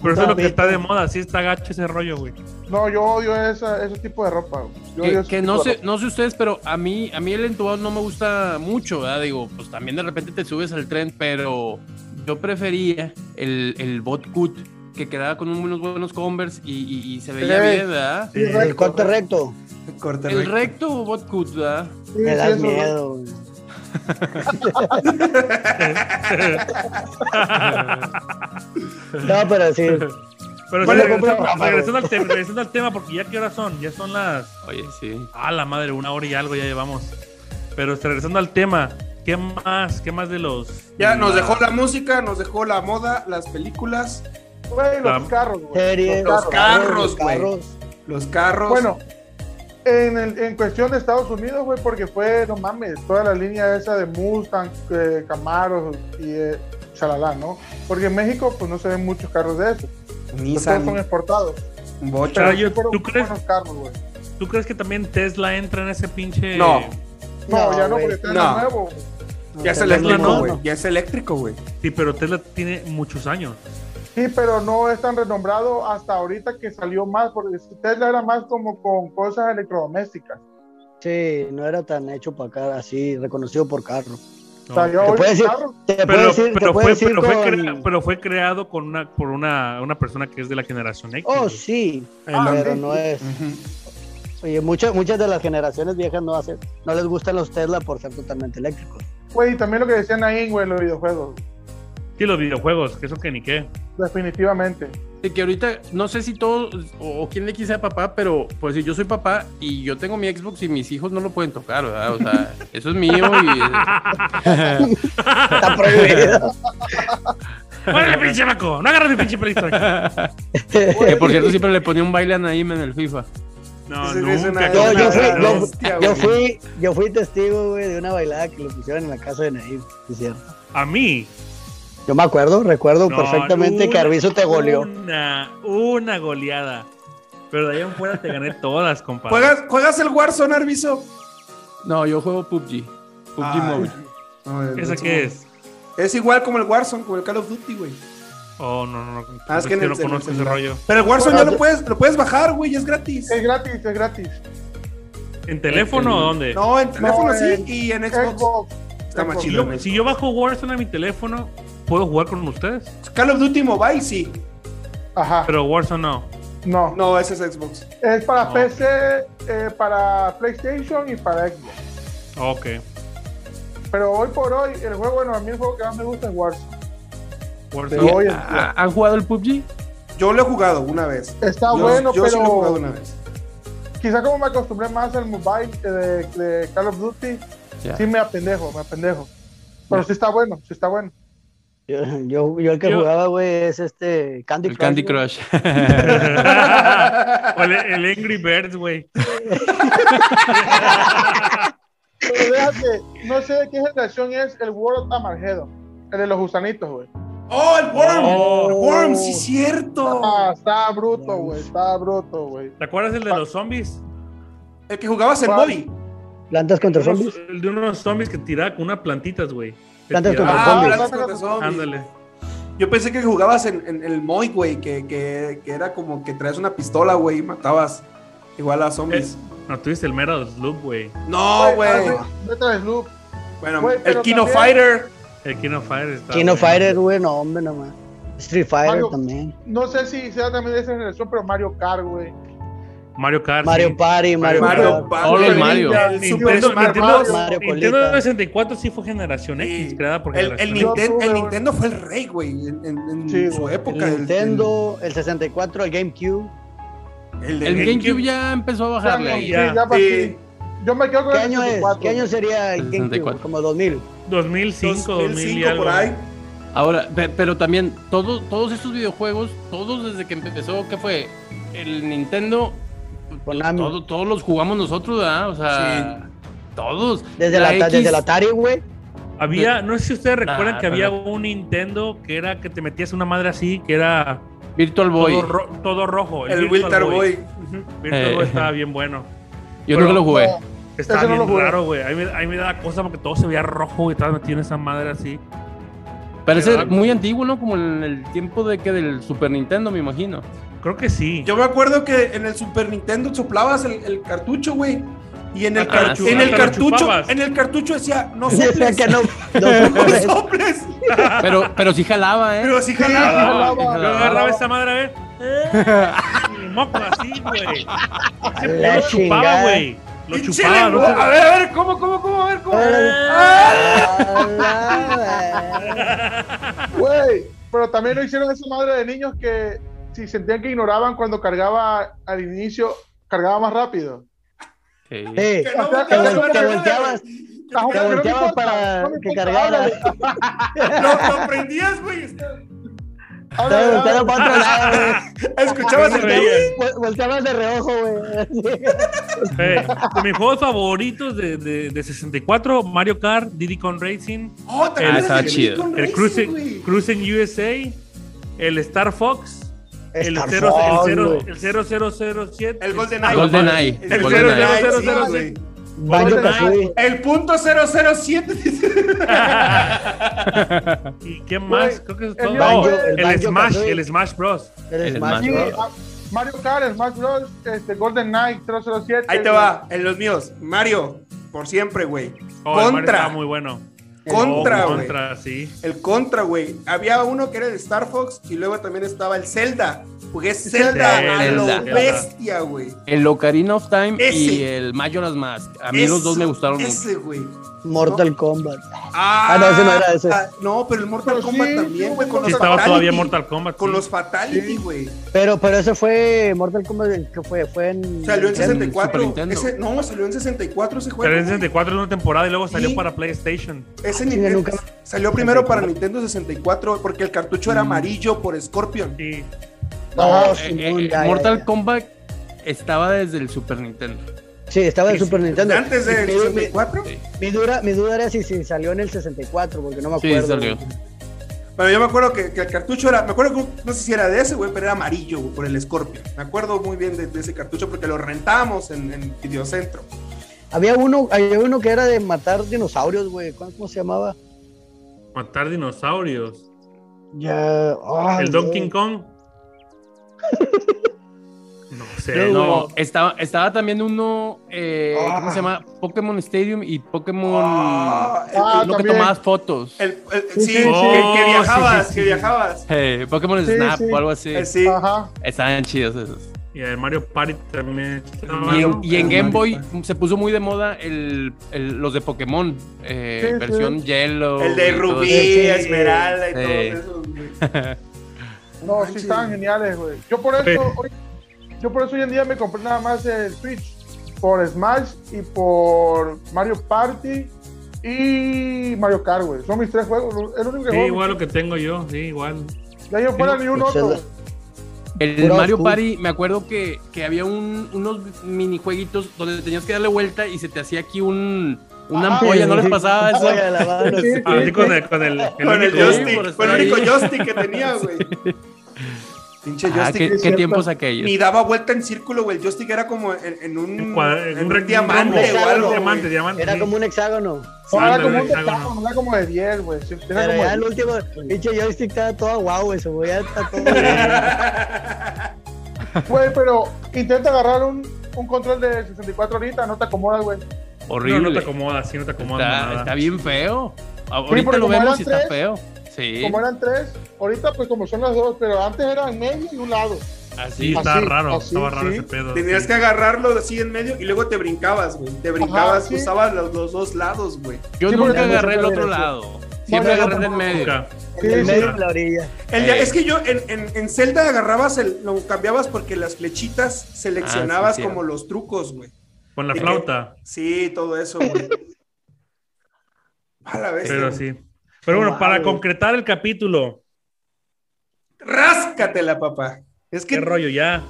S3: pero eso es lo que
S6: También.
S3: está de moda. Sí está gacho ese rollo, güey.
S7: No, yo odio esa, ese tipo de ropa, güey. Yo odio
S5: Que,
S7: ese
S5: que
S7: tipo
S5: no
S7: de
S5: sé,
S7: ropa.
S5: no sé ustedes, pero a mí, a mí el entubado no me gusta mucho, ¿verdad? Digo, pues también de repente te subes al tren, pero yo prefería el, el bot cut que quedaba con unos buenos Converse y, y- y se veía
S7: Sí.
S5: bien, ¿verdad?
S3: Sí,
S6: El corte recto.
S4: Corte
S5: El
S4: recto.
S5: recto o bot cut, ¿verdad?
S7: Sí,
S6: Me
S7: sí,
S6: da
S7: eso, güey.
S6: miedo, güey. No, pero sí.
S3: Pero
S6: Bueno,
S3: sí,
S6: compra
S3: regresando,
S6: ropa,
S3: regresando al tema, regresando al tema, porque ya qué hora son. Ya son las.
S5: Oye, sí.
S3: Ah, la madre, una hora y algo ya llevamos. Pero este, regresando al tema, ¿qué más? ¿Qué más de los.
S4: Ya
S3: de
S4: nos
S3: la-
S4: dejó la música, nos dejó la moda, las películas,
S7: Güey, los
S3: La-
S7: carros, güey.
S6: Series,
S4: Los
S7: Los
S4: carros,
S7: carros.
S4: güey. los carros.
S7: Bueno, en, el- en cuestión de Estados Unidos, güey, porque fue, no mames, toda la línea esa de Mustang, eh, Camaro y eh, chalala, ¿no? Porque en México, pues no se ven muchos carros de esos. Los todos son
S4: Nissan,
S7: exportados.
S4: Bocha.
S3: Pero yo-
S7: fueron
S3: ¿tú
S7: muy
S3: crees?
S7: buenos carros, güey.
S3: ¿Tú crees que también Tesla entra en ese pinche.
S4: No.
S7: No, ya no,
S6: güey.
S7: porque está
S4: No.
S7: nuevo. güey.
S4: Ya es
S3: Tesla
S4: eléctrico,
S3: no.
S4: güey. Ya es eléctrico, güey.
S3: Sí, pero Tesla tiene muchos años.
S7: Sí, pero no es tan renombrado hasta ahorita que salió más, porque Tesla era más como con cosas electrodomésticas.
S6: Sí, no era tan hecho para acá, así, reconocido por carro.
S3: No.
S7: Salió
S6: Te
S7: hoy
S6: puedo
S7: un
S6: decir-
S7: carro.
S6: Te puedo
S3: Pero,
S6: decir, te
S3: pero
S6: puedo
S3: fue,
S6: decir
S3: pero fue
S6: con-
S3: crea- pero fue creado con una, por una, una persona que es de la generación X.
S6: Oh,
S3: güey.
S6: sí,
S7: Ah,
S6: pero
S7: sí,
S6: no
S7: sí.
S6: es. Oye, muchas, muchas de las generaciones viejas no hacen, no les gustan los Tesla por ser totalmente eléctricos.
S7: Güey, y también lo que decían ahí, güey, los videojuegos.
S3: Sí, los videojuegos, que eso que ni qué.
S7: Definitivamente.
S5: De que ahorita, no sé si todos, o, o quién le quise a papá, pero pues si yo soy papá y yo tengo mi Xbox y mis hijos no lo pueden tocar, ¿verdad? O sea, eso es mío y...
S6: Está prohibido.
S3: ¡Muérale, pinche maco! ¡No agarres mi pinche PlayStation!
S5: eh, que por cierto siempre le ponía un baile a Naim en el FIFA.
S3: No,
S4: Ese güey es
S3: nunca.
S4: una-
S6: yo, yo fui,
S4: Ah,
S6: yo-
S4: hostia,
S6: yo
S4: güey.
S6: fui, yo fui testigo, güey, de una bailada que le pusieron en la casa de Naim, es cierto.
S3: A mí.
S6: Yo me acuerdo, recuerdo
S3: no,
S6: perfectamente que
S3: una-
S6: Arbizu te goleó.
S3: Una, una goleada. Pero de ahí en fuera te gané todas, compadre.
S4: ¿Juegas, ¿Juegas el Warzone, Arviso?
S5: No, yo juego PUBG. PUBG
S4: Ay.
S5: Mobile.
S4: No, el-
S3: ¿Esa qué es?
S4: Es igual como el Warzone, como el Call of Duty, güey.
S3: Oh, no, no, no.
S4: Ah, es que en
S3: yo
S4: el-
S3: no
S4: en el
S3: conozco ese
S4: celular.
S3: rollo.
S4: Pero el Warzone
S7: Bueno,
S4: ya lo
S7: yo-
S4: puedes, lo puedes bajar, güey, es gratis.
S7: Es gratis, es gratis.
S3: ¿En teléfono o dónde?
S4: No, en teléfono
S7: No,
S4: sí
S7: en-
S4: y en Xbox.
S7: Xbox.
S4: Está más
S7: Xbox.
S3: Si
S4: chido,
S3: yo,
S4: güey.
S3: si yo bajo Warzone a mi teléfono, ¿puedo jugar con ustedes?
S4: Call of Duty Mobile sí.
S7: Ajá.
S3: Pero Warzone no.
S7: No.
S4: No, ese es Xbox.
S7: Es para
S3: No.
S7: PC, eh, para PlayStation y para Xbox.
S3: Ah, Ok.
S7: Pero hoy por hoy, el juego, bueno, a mí el juego que más me gusta es Warzone.
S3: Warzone.
S7: Te voy a-
S5: Ah, ¿Han jugado el PUBG?
S4: Yo lo he jugado una vez.
S7: Está
S4: yo
S7: bueno,
S4: yo sí lo he jugado
S7: pero
S4: una vez.
S7: quizá como me acostumbré más al mobile que de, de Call of Duty,
S5: Ya.
S7: sí me apendejo, me apendejo. Pero
S5: Ya.
S7: sí está bueno, sí está bueno.
S6: Sí, Yo, yo, yo el que
S3: Yo-
S6: jugaba, güey, es este Candy
S5: El
S6: Crush.
S5: Candy
S6: güey.
S5: Crush.
S3: o el, el Angry Birds, güey.
S7: Pero déjate, no sé de qué generación es el World Amargedo. El de los gusanitos, güey.
S4: ¡Oh, el Worm!
S3: Oh.
S4: ¡Worm, sí, cierto!
S7: Ah, está bruto, güey. Está bruto, güey.
S3: ¿Te acuerdas el de los zombies?
S4: El que jugabas en
S7: ¿Cuál?
S4: Body.
S6: Plantas contra
S3: Unos-
S6: zombies.
S3: el de unos zombies que tiraba con unas plantitas, güey. Que
S6: Plantas
S3: tiraba-
S6: contra
S4: Ah,
S6: zombies.
S4: Plantas contra Zombies.
S3: Ándale.
S4: Yo pensé que jugabas en, en el Moy, güey, que, que, que era como que traes una pistola, güey, y matabas igual a zombies.
S5: Eh.
S3: No, tú dices el Metal Slug, güey.
S4: No, güey.
S7: Metal Slug.
S4: Bueno,
S7: Güey,
S4: el
S7: pero
S4: Kino
S7: también-
S4: Fighter.
S3: El King of Fire está.
S6: Kino
S3: bueno.
S6: Fighter, güey, no, hombre, nomás. Street Fighter
S7: Mario-
S6: también.
S7: No sé si sea también de esa generación, pero Mario Kart, güey.
S3: Mario Kart.
S6: Mario
S3: sí.
S6: Party, Mario,
S3: Mario
S6: Kart.
S4: Party.
S5: Todos los Mario.
S4: El Super
S3: Nintendo,
S4: Smash
S3: Nintendo-
S4: Bros.
S6: Mario
S3: Nintendo
S6: Colita.
S3: 64 sí fue generación X,
S4: Sí.
S3: creada por
S4: El, el
S3: generación
S7: Yo
S4: Ninten-
S7: tuve,
S4: el
S7: güey.
S4: Nintendo fue el rey, güey, en, en- en
S7: Sí,
S4: su
S7: güey.
S4: época.
S6: El
S4: el-
S6: Nintendo, el 64, el GameCube.
S4: El, de
S5: El
S3: Game-
S5: GameCube ya empezó a bajarle
S7: Sí,
S5: ahí.
S3: ya.
S7: ya para aquí. Yo me quedo con
S6: ¿Qué
S7: el
S6: año es?
S7: 64,
S6: ¿Qué año
S7: güey.
S6: sería el GameCube?
S5: 64.
S6: Como 2000.
S3: 2005, 2000 y
S4: 2005
S3: algo.
S4: por ahí.
S5: Ahora, pe- pero también todos, todos estos videojuegos, todos desde que empezó, ¿qué fue? El Nintendo,
S6: Konami.
S5: todo- todos los jugamos nosotros, ¿verdad? O sea, todos.
S6: Desde la,
S5: X,
S6: desde el Atari, güey.
S3: Había, no sé si ustedes recuerdan
S5: Nah,
S3: que había
S5: pero-
S3: un Nintendo que era que te metías una madre así, que era
S5: Virtual Boy.
S3: Todo, ro- todo rojo.
S4: El
S3: Virtual
S4: Winter Boy.
S3: Ujú, Virtual
S5: Eh.
S3: Boy estaba bien bueno.
S5: Yo
S3: pero-
S5: nunca lo jugué.
S3: Estaba
S7: Ese no
S3: bien
S7: lo jugué.
S3: raro, güey. Ahí me, ahí me daba cosa porque todo se veía rojo y estaba metido en esa madre así.
S5: Parece
S3: pero-
S5: muy antiguo, ¿no? Como en el tiempo de que del Super Nintendo, me imagino.
S3: Creo que sí.
S4: Yo me acuerdo que en el Super Nintendo soplabas el, el cartucho, güey. Y en el,
S3: Ah,
S4: car-
S5: ah, sí.
S4: en el
S5: Lo
S4: cartucho,
S3: chupabas.
S4: en el cartucho decía, no
S6: Decía
S4: soples,
S6: que no.
S4: no
S6: no-
S4: soples.
S5: Pero, pero sí jalaba, ¿eh?
S4: Pero sí
S3: Ah,
S4: jalaba.
S7: jalaba.
S3: yo agarraba esa madre a ver. eh, y moco así, güey.
S6: A
S3: Yo
S6: la
S3: Lo chupaba,
S6: chingada.
S3: güey. Lo
S4: Pinche
S3: chupaba, no
S4: lengua- A
S3: sé.
S4: ver, a ver, ¿cómo, cómo, cómo? A ver, ¿cómo?
S6: Ala,
S7: Güey, pero también lo hicieron esa madre de niños que si sentían que ignoraban cuando cargaba al inicio, cargaba más rápido.
S5: Sí.
S6: güey. Sí.
S4: Que no
S7: Te
S4: volteabas,
S7: vol- te
S4: güey.
S6: volteabas.
S7: Te
S6: volteaba para que cargara.
S4: Lo, lo prendías, güey.
S6: Estaba volteando para otro lado, güey.
S4: Escuchabas
S3: Ahí
S4: el
S3: se veía.
S6: Vol- Volteabas de reojo, güey.
S3: Eh, de mis juegos favoritos de, de, de 64, Mario Kart, Diddy Con Racing,
S4: Oh, ¿te
S3: Ah,
S4: acuerdas
S5: estaba
S4: del
S5: chido.
S4: Lincoln
S3: el
S4: Racing,
S3: Cruising,
S4: güey?
S3: Cruising USA, el Star Fox, el,
S6: Star
S3: cero-
S6: Fox,
S3: el, cero-
S6: güey.
S3: el 0007,
S4: El Golden Eye.
S5: Golden Eye.
S4: El
S3: El
S5: Golden Eye.
S4: 0000, güey.
S6: Banjo Kazooie.
S4: El punto 007.
S3: ¿Y qué más?
S7: Güey,
S3: Creo que eso es
S7: el
S3: todo.
S7: Banjo-
S3: No,
S6: el
S3: el,
S6: Banjo
S3: Smash,
S6: Kazooie.
S3: el Smash Bros.
S6: El
S5: El
S6: Smash
S5: Smash
S4: Ah,
S6: Bros.
S5: Bros.
S7: ah, Mario Kart, Smash Bros, este, Golden Knight 007.
S4: Ahí te
S7: güey.
S4: va, en los míos. Mario, por siempre, güey.
S3: Oh, el Mario
S4: Contra.
S3: estaba muy bueno.
S4: Contra,
S3: Oh,
S4: güey.
S3: contra, sí.
S4: El contra, güey. Había uno que era el Star Fox y luego también estaba el Zelda. Jugué Zelda a lo
S5: Zelda.
S4: bestia, güey.
S5: El Ocarina of Time y
S4: Ese.
S5: el Majora's Mask. A mí los dos me gustaron mucho.
S4: Ese, güey.
S6: Mortal Kombat.
S4: Ah,
S6: no, ese no era ese.
S4: ah, No, pero el Mortal
S7: Pero
S4: Kombat
S7: sí,
S4: también,
S7: sí,
S4: güey. Con
S3: Sí,
S4: los
S3: estaba
S4: Fatality.
S3: todavía Mortal Kombat.
S4: Con
S3: sí.
S4: los Fatality, güey.
S6: Pero, pero ese fue Mortal Kombat el que fue, fue en.
S4: Salió en
S5: Nintendo,
S4: 64.
S5: Super Nintendo.
S4: Ese- no, salió en 64 ese juego.
S3: Pero en
S4: güey.
S3: 64 en una temporada y luego salió
S4: Sí.
S3: para PlayStation.
S4: Ese
S6: Ah, chinga,
S4: Nintendo-
S6: nunca-
S4: salió primero para Nintendo 64 porque el cartucho era amarillo por Scorpion.
S3: Sí.
S6: No,
S7: Oh,
S5: Eh,
S6: Simón,
S5: eh, eh,
S6: ya, ya,
S5: Mortal
S6: ya.
S5: Kombat estaba desde el Super Nintendo.
S6: Sí, estaba en Super Nintendo.
S4: Antes del
S6: Mi- mi,
S4: 64.
S5: Sí.
S6: mi dura- mi duda era si, si salió en el 64, porque no me
S5: Sí,
S6: acuerdo.
S5: salió.
S6: güey.
S4: Bueno, yo me acuerdo que, que el cartucho era, me acuerdo que no sé si era de ese, güey, pero era amarillo, güey, por el Scorpion. Me acuerdo muy bien de, de ese cartucho porque lo rentábamos en, en Videocentro.
S6: Había uno, había uno que era de matar dinosaurios, güey. ¿Cómo, cómo se llamaba?
S3: Matar dinosaurios.
S6: Ya. ay,
S3: el Donkey
S6: güey.
S3: Kong. no sé.
S5: Pero
S3: No.
S5: no, estaba, estaba también uno, eh, ¿cómo se llama? Pokémon Stadium y Pokémon...
S4: Ah, el-
S7: Mm. Ah,
S5: uno que
S7: también.
S5: tomabas fotos.
S4: el- el- sí,
S7: sí,
S4: que- que,
S7: sí.
S3: Oh, sí,
S4: viajabas,
S3: sí,
S4: que
S3: sí.
S4: viajabas.
S5: Eh, Pokémon
S7: Sí,
S5: Snap
S7: sí.
S5: o algo así.
S4: Eh, sí.
S7: Ajá.
S5: Estaban chidos esos.
S3: Y el Mario Party también.
S5: Y en, y en
S4: Ah,
S5: Game
S4: Mario
S5: Boy se puso muy de moda el, el- los de Pokémon, eh,
S7: Sí, sí.
S5: versión Yellow.
S4: El de
S5: y Oh, todo
S4: Rubí,
S5: eso.
S6: sí.
S4: Esmeralda y
S5: Sí.
S4: todo eso. güey.
S7: No, sí
S4: manches.
S7: estaban geniales, güey. Yo por
S3: Sí.
S7: eso, hoy, yo por eso hoy en día me compré nada más el Switch por Smash y por Mario Party y Mario Kart, güey. Son mis tres juegos. lo- El único
S3: Sí,
S4: Este
S7: que juego.
S3: igual lo que tengo yo, sí, igual.
S7: Ya yo fuera ni
S6: pues,
S7: un otro. güey.
S5: El
S6: Puras
S5: Mario
S6: tú.
S5: Party, me acuerdo que, que había un- unos minijueguitos donde tenías que darle vuelta y se te hacía aquí un, una
S7: Ah,
S5: ampolla, ¿no
S6: sí.
S5: les pasaba eso?
S6: Oye, la mano, sí.
S3: Ah, sí, con el, con el, el
S4: Con el
S3: único-
S5: por
S4: joystick,
S5: estar
S4: con el único
S5: ahí.
S4: joystick que tenía, güey. Pinche
S5: Ah,
S4: joystick.
S5: qué,
S4: es
S5: qué
S4: cierto.
S5: tiempos aquellos.
S4: Ni daba vuelta en círculo, güey. El joystick era como en, en un,
S3: un cuadra-
S4: en
S3: un
S4: un
S3: rectángulo,
S4: diamante o algo.
S3: Diamante,
S4: güey.
S3: diamante.
S6: Era
S3: sí.
S6: como un hexágono.
S7: No, era
S3: Ándale,
S7: como un
S3: hexágono.
S7: teclado, era como de 10, güey. Sí, era
S6: Pero
S7: como
S6: ya
S7: de
S6: el
S7: 10.
S6: último, pinche joystick estaba todo guau, güey. Se movía hasta todo.
S7: Güey, pero intenta agarrar un, un control de 64 ahorita, no te acomodas, güey.
S5: Horrible.
S3: No, no te acomoda, sí, no te acomoda.
S5: está,
S3: nada.
S5: está bien feo.
S7: Sí,
S5: Ahorita
S7: porque
S5: lo
S7: como
S5: vemos
S7: eran
S5: y está
S7: tres,
S5: feo. Sí,
S7: Como eran tres, ahorita pues como son las dos, pero antes eran medio y un lado.
S3: Sí,
S5: así.
S3: estaba
S7: así,
S3: raro,
S7: así,
S3: estaba raro
S7: sí.
S3: ese pedo.
S4: Tenías
S3: sí.
S4: que agarrarlo así en medio y luego te brincabas, güey. Te brincabas,
S7: sí.
S4: usabas los, los dos lados, güey.
S5: Yo
S7: Sí, porque
S5: nunca
S7: no
S5: agarré
S7: se
S5: el otro
S7: puede
S5: lado. Siempre
S7: Bueno,
S5: agarré el
S7: no,
S5: en medio.
S3: Nunca.
S6: En el
S7: Sí,
S3: sí.
S6: medio de la orilla.
S4: El de-
S5: Eh.
S4: Es que yo en, en, en Zelda agarrabas, el, lo cambiabas porque las flechitas
S3: Ah,
S4: seleccionabas
S5: cierto.
S4: como los trucos, güey.
S3: Con la
S4: ¿De qué?
S3: flauta,
S4: Sí, todo eso, güey. A la vez.
S3: pero sí. Pero bueno,
S6: Wow.
S3: para concretar el capítulo,
S4: Ráscatela, papá. Es
S3: ¿qué
S4: que,
S3: rollo ya?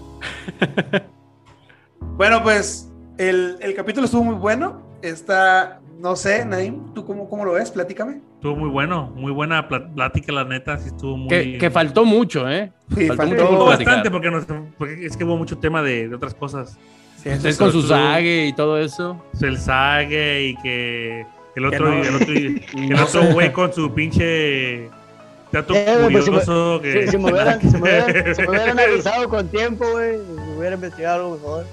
S4: bueno, pues el, el capítulo estuvo muy bueno. Está, no sé, Naim, ¿tú cómo, cómo lo ves? Platícame.
S3: Estuvo muy bueno, muy buena pla- plática, la neta, sí estuvo muy...
S5: Que, que faltó mucho, ¿eh?
S4: Sí,
S5: Faltó
S7: mucho
S3: Estuvo
S5: por
S3: bastante
S5: platicar.
S3: porque, nos- porque es que hubo mucho tema de, de otras cosas.
S5: Ustedes con su
S3: Sobre todo-
S5: sague y todo eso.
S3: El sague y que el otro,
S4: no.
S3: el otro, el otro güey con su pinche teatro
S6: Eh, güey, pues, si me-
S3: curioso que...
S6: Si, si me hubieran, si me hubieran, si me hubieran avisado con tiempo, güey, me hubiera investigado algo mejor.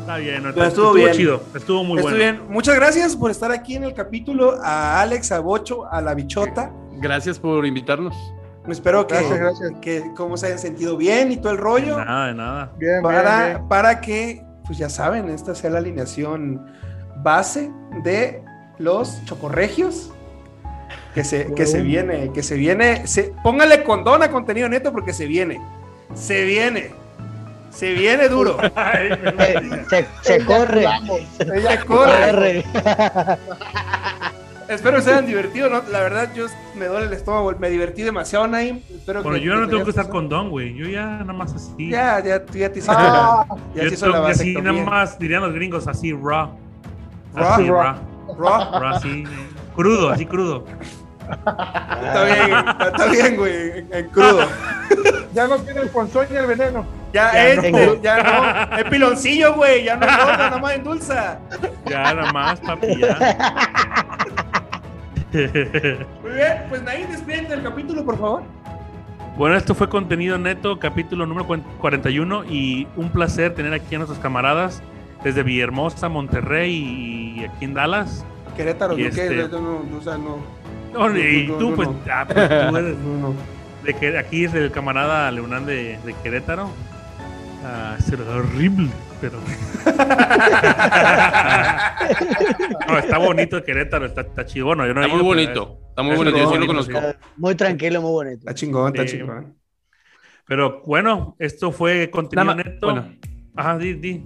S3: Está bien, no,
S4: Pero estuvo
S3: estuvo,
S4: bien.
S3: chido, estuvo muy
S4: Estoy
S3: bueno.
S4: bien. Muchas gracias por estar aquí en el capítulo. A Alex, a Bocho, a la bichota.
S5: Gracias por invitarnos.
S4: Espero que,
S7: Gracias, gracias.
S4: que cómo se hayan sentido bien y todo el
S3: De
S4: rollo.
S3: nada, de nada.
S7: Bien,
S4: para,
S7: bien, bien.
S4: para que, pues ya saben, esta sea la alineación base de los chocorregios. Que se, que se
S6: Huevón.
S4: viene, que se viene. Se, póngale condón a contenido neto porque se viene. Se viene. Se viene duro.
S6: Se, se, se corre.
S4: Se corre.
S6: Corre.
S4: Espero que se hayan divertido. ¿no? La verdad, yo me duele el estómago. Me divertí demasiado, Naim. Espero
S3: Bueno,
S4: que,
S3: yo ya no tengo que
S4: hayas
S3: usar
S4: pasado.
S3: condón, güey. Yo ya nada más así.
S4: Ya, ya, tú ya te hiciste.
S7: Ah,
S4: ya
S3: yo
S4: se hizo la
S3: tengo que así
S4: vasectomía.
S3: nada más, dirían los gringos, así raw.
S4: Raw,
S3: así
S7: raw.
S3: raw.
S4: Raw.
S3: Raw, así. Crudo, así crudo.
S4: Está bien, está bien, güey. En- en crudo.
S7: ya no tienes ponzoña el veneno.
S4: Ya,
S3: Ya
S4: este,
S6: no.
S4: ya no. Es piloncillo, güey. Ya no corta, nada más endulza.
S3: Ya nada más, papi, ya.
S4: Muy bien, pues Nain, despídete del capítulo, por favor.
S3: bueno, esto fue contenido neto, capítulo número cuen- 41. Y un placer tener aquí a nuestros camaradas desde Villahermosa, Monterrey y aquí en Dallas.
S4: Querétaro,
S3: Y
S4: ¿no?
S3: este-
S4: ¿Qué? No, no, o sea, no.
S3: No, y
S4: No, no,
S3: tú,
S4: no,
S3: pues,
S4: no.
S3: ah, pues, tú eres
S4: no, no.
S3: de que aquí es el camarada Leonán de, de Querétaro. Ah, es horrible, pero. no, está bonito Querétaro, está, está chido. Bueno, yo no he
S5: Está muy
S3: ido, pero
S5: bonito. Está muy
S3: es
S5: bonito. Yo sí lo
S3: bonito,
S5: conozco.
S3: sí.
S6: Muy tranquilo, muy bonito.
S4: Está chingón, está
S3: Sí.
S4: chingón.
S3: Pero bueno, esto fue contenido
S5: Nada más-
S3: neto.
S5: bueno.
S3: Ajá, di, di.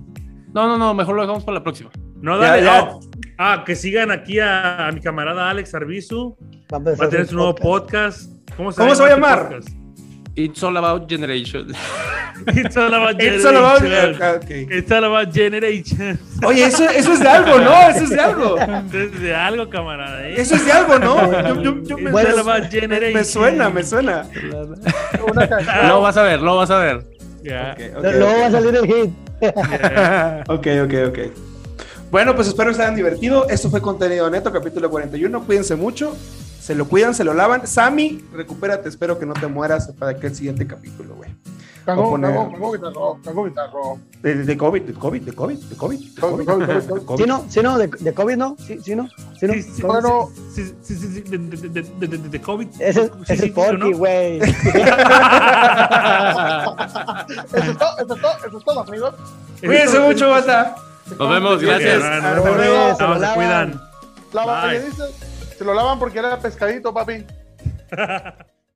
S5: No, no, no. Mejor lo dejamos para la próxima.
S3: No, dale.
S4: ya.
S3: no. Ah, que sigan aquí a, a mi camarada Alex Arbizu.
S6: Va a, empezar
S3: Va a tener
S6: su
S3: su nuevo podcast. ¿Cómo se,
S4: ¿Cómo se va a
S3: tu
S4: llamar?
S3: podcast?
S5: It's all about generation.
S3: It's all about
S4: It's all about-
S3: generation.
S4: ok.
S3: It's all about generation.
S4: Oye, eso, eso es de algo, ¿no? Eso es de algo.
S3: Entonces, de algo, camarada. ¿eh?
S4: Eso es de algo, ¿no? Yo, yo, yo me,
S3: Bueno,
S4: me-
S3: la más
S4: me,
S3: generation.
S4: me suena, me suena.
S7: Una canción.
S5: Lo vas a ver, lo vas a ver.
S3: Ya.
S6: Lo- Luego va a salir el hit.
S4: Ok, ok, ok. Bueno, pues espero que se hayan divertido. Esto fue contenido neto, capítulo 41. Cuídense mucho. Se lo cuidan, se lo lavan. Sammy, recupérate. Espero que no te mueras para que el siguiente capítulo, güey.
S7: Cangón,
S4: Poner-
S7: cangón, cangón, guitarrón, cangón, guitarrón.
S4: De, de COVID, de COVID, de COVID, de COVID. De
S7: Cangón,
S4: COVID,
S7: cangón, cangón,
S4: de
S7: cangón.
S4: COVID.
S6: Si no, si no, de, de COVID no. Si, si no, si no.
S3: Sí, sí,
S7: Bueno.
S3: sí, sí, sí, sí, de- de- de- de- de- de COVID.
S6: Ese,
S3: Sí,
S6: ese
S3: sí,
S6: es Porky,
S3: ¿no?
S6: güey.
S7: Eso es todo, eso es todo, eso es todo, amigos.
S4: Cuídense mucho, banda.
S5: Nos vemos. Gracias.
S3: No,
S4: Hasta
S3: no, no,
S4: luego.
S3: no,
S6: Se lo
S3: se
S6: lavan.
S3: cuidan.
S7: Lava-
S3: Bye.
S7: oye, dice, se lo lavan porque era pescadito, papi.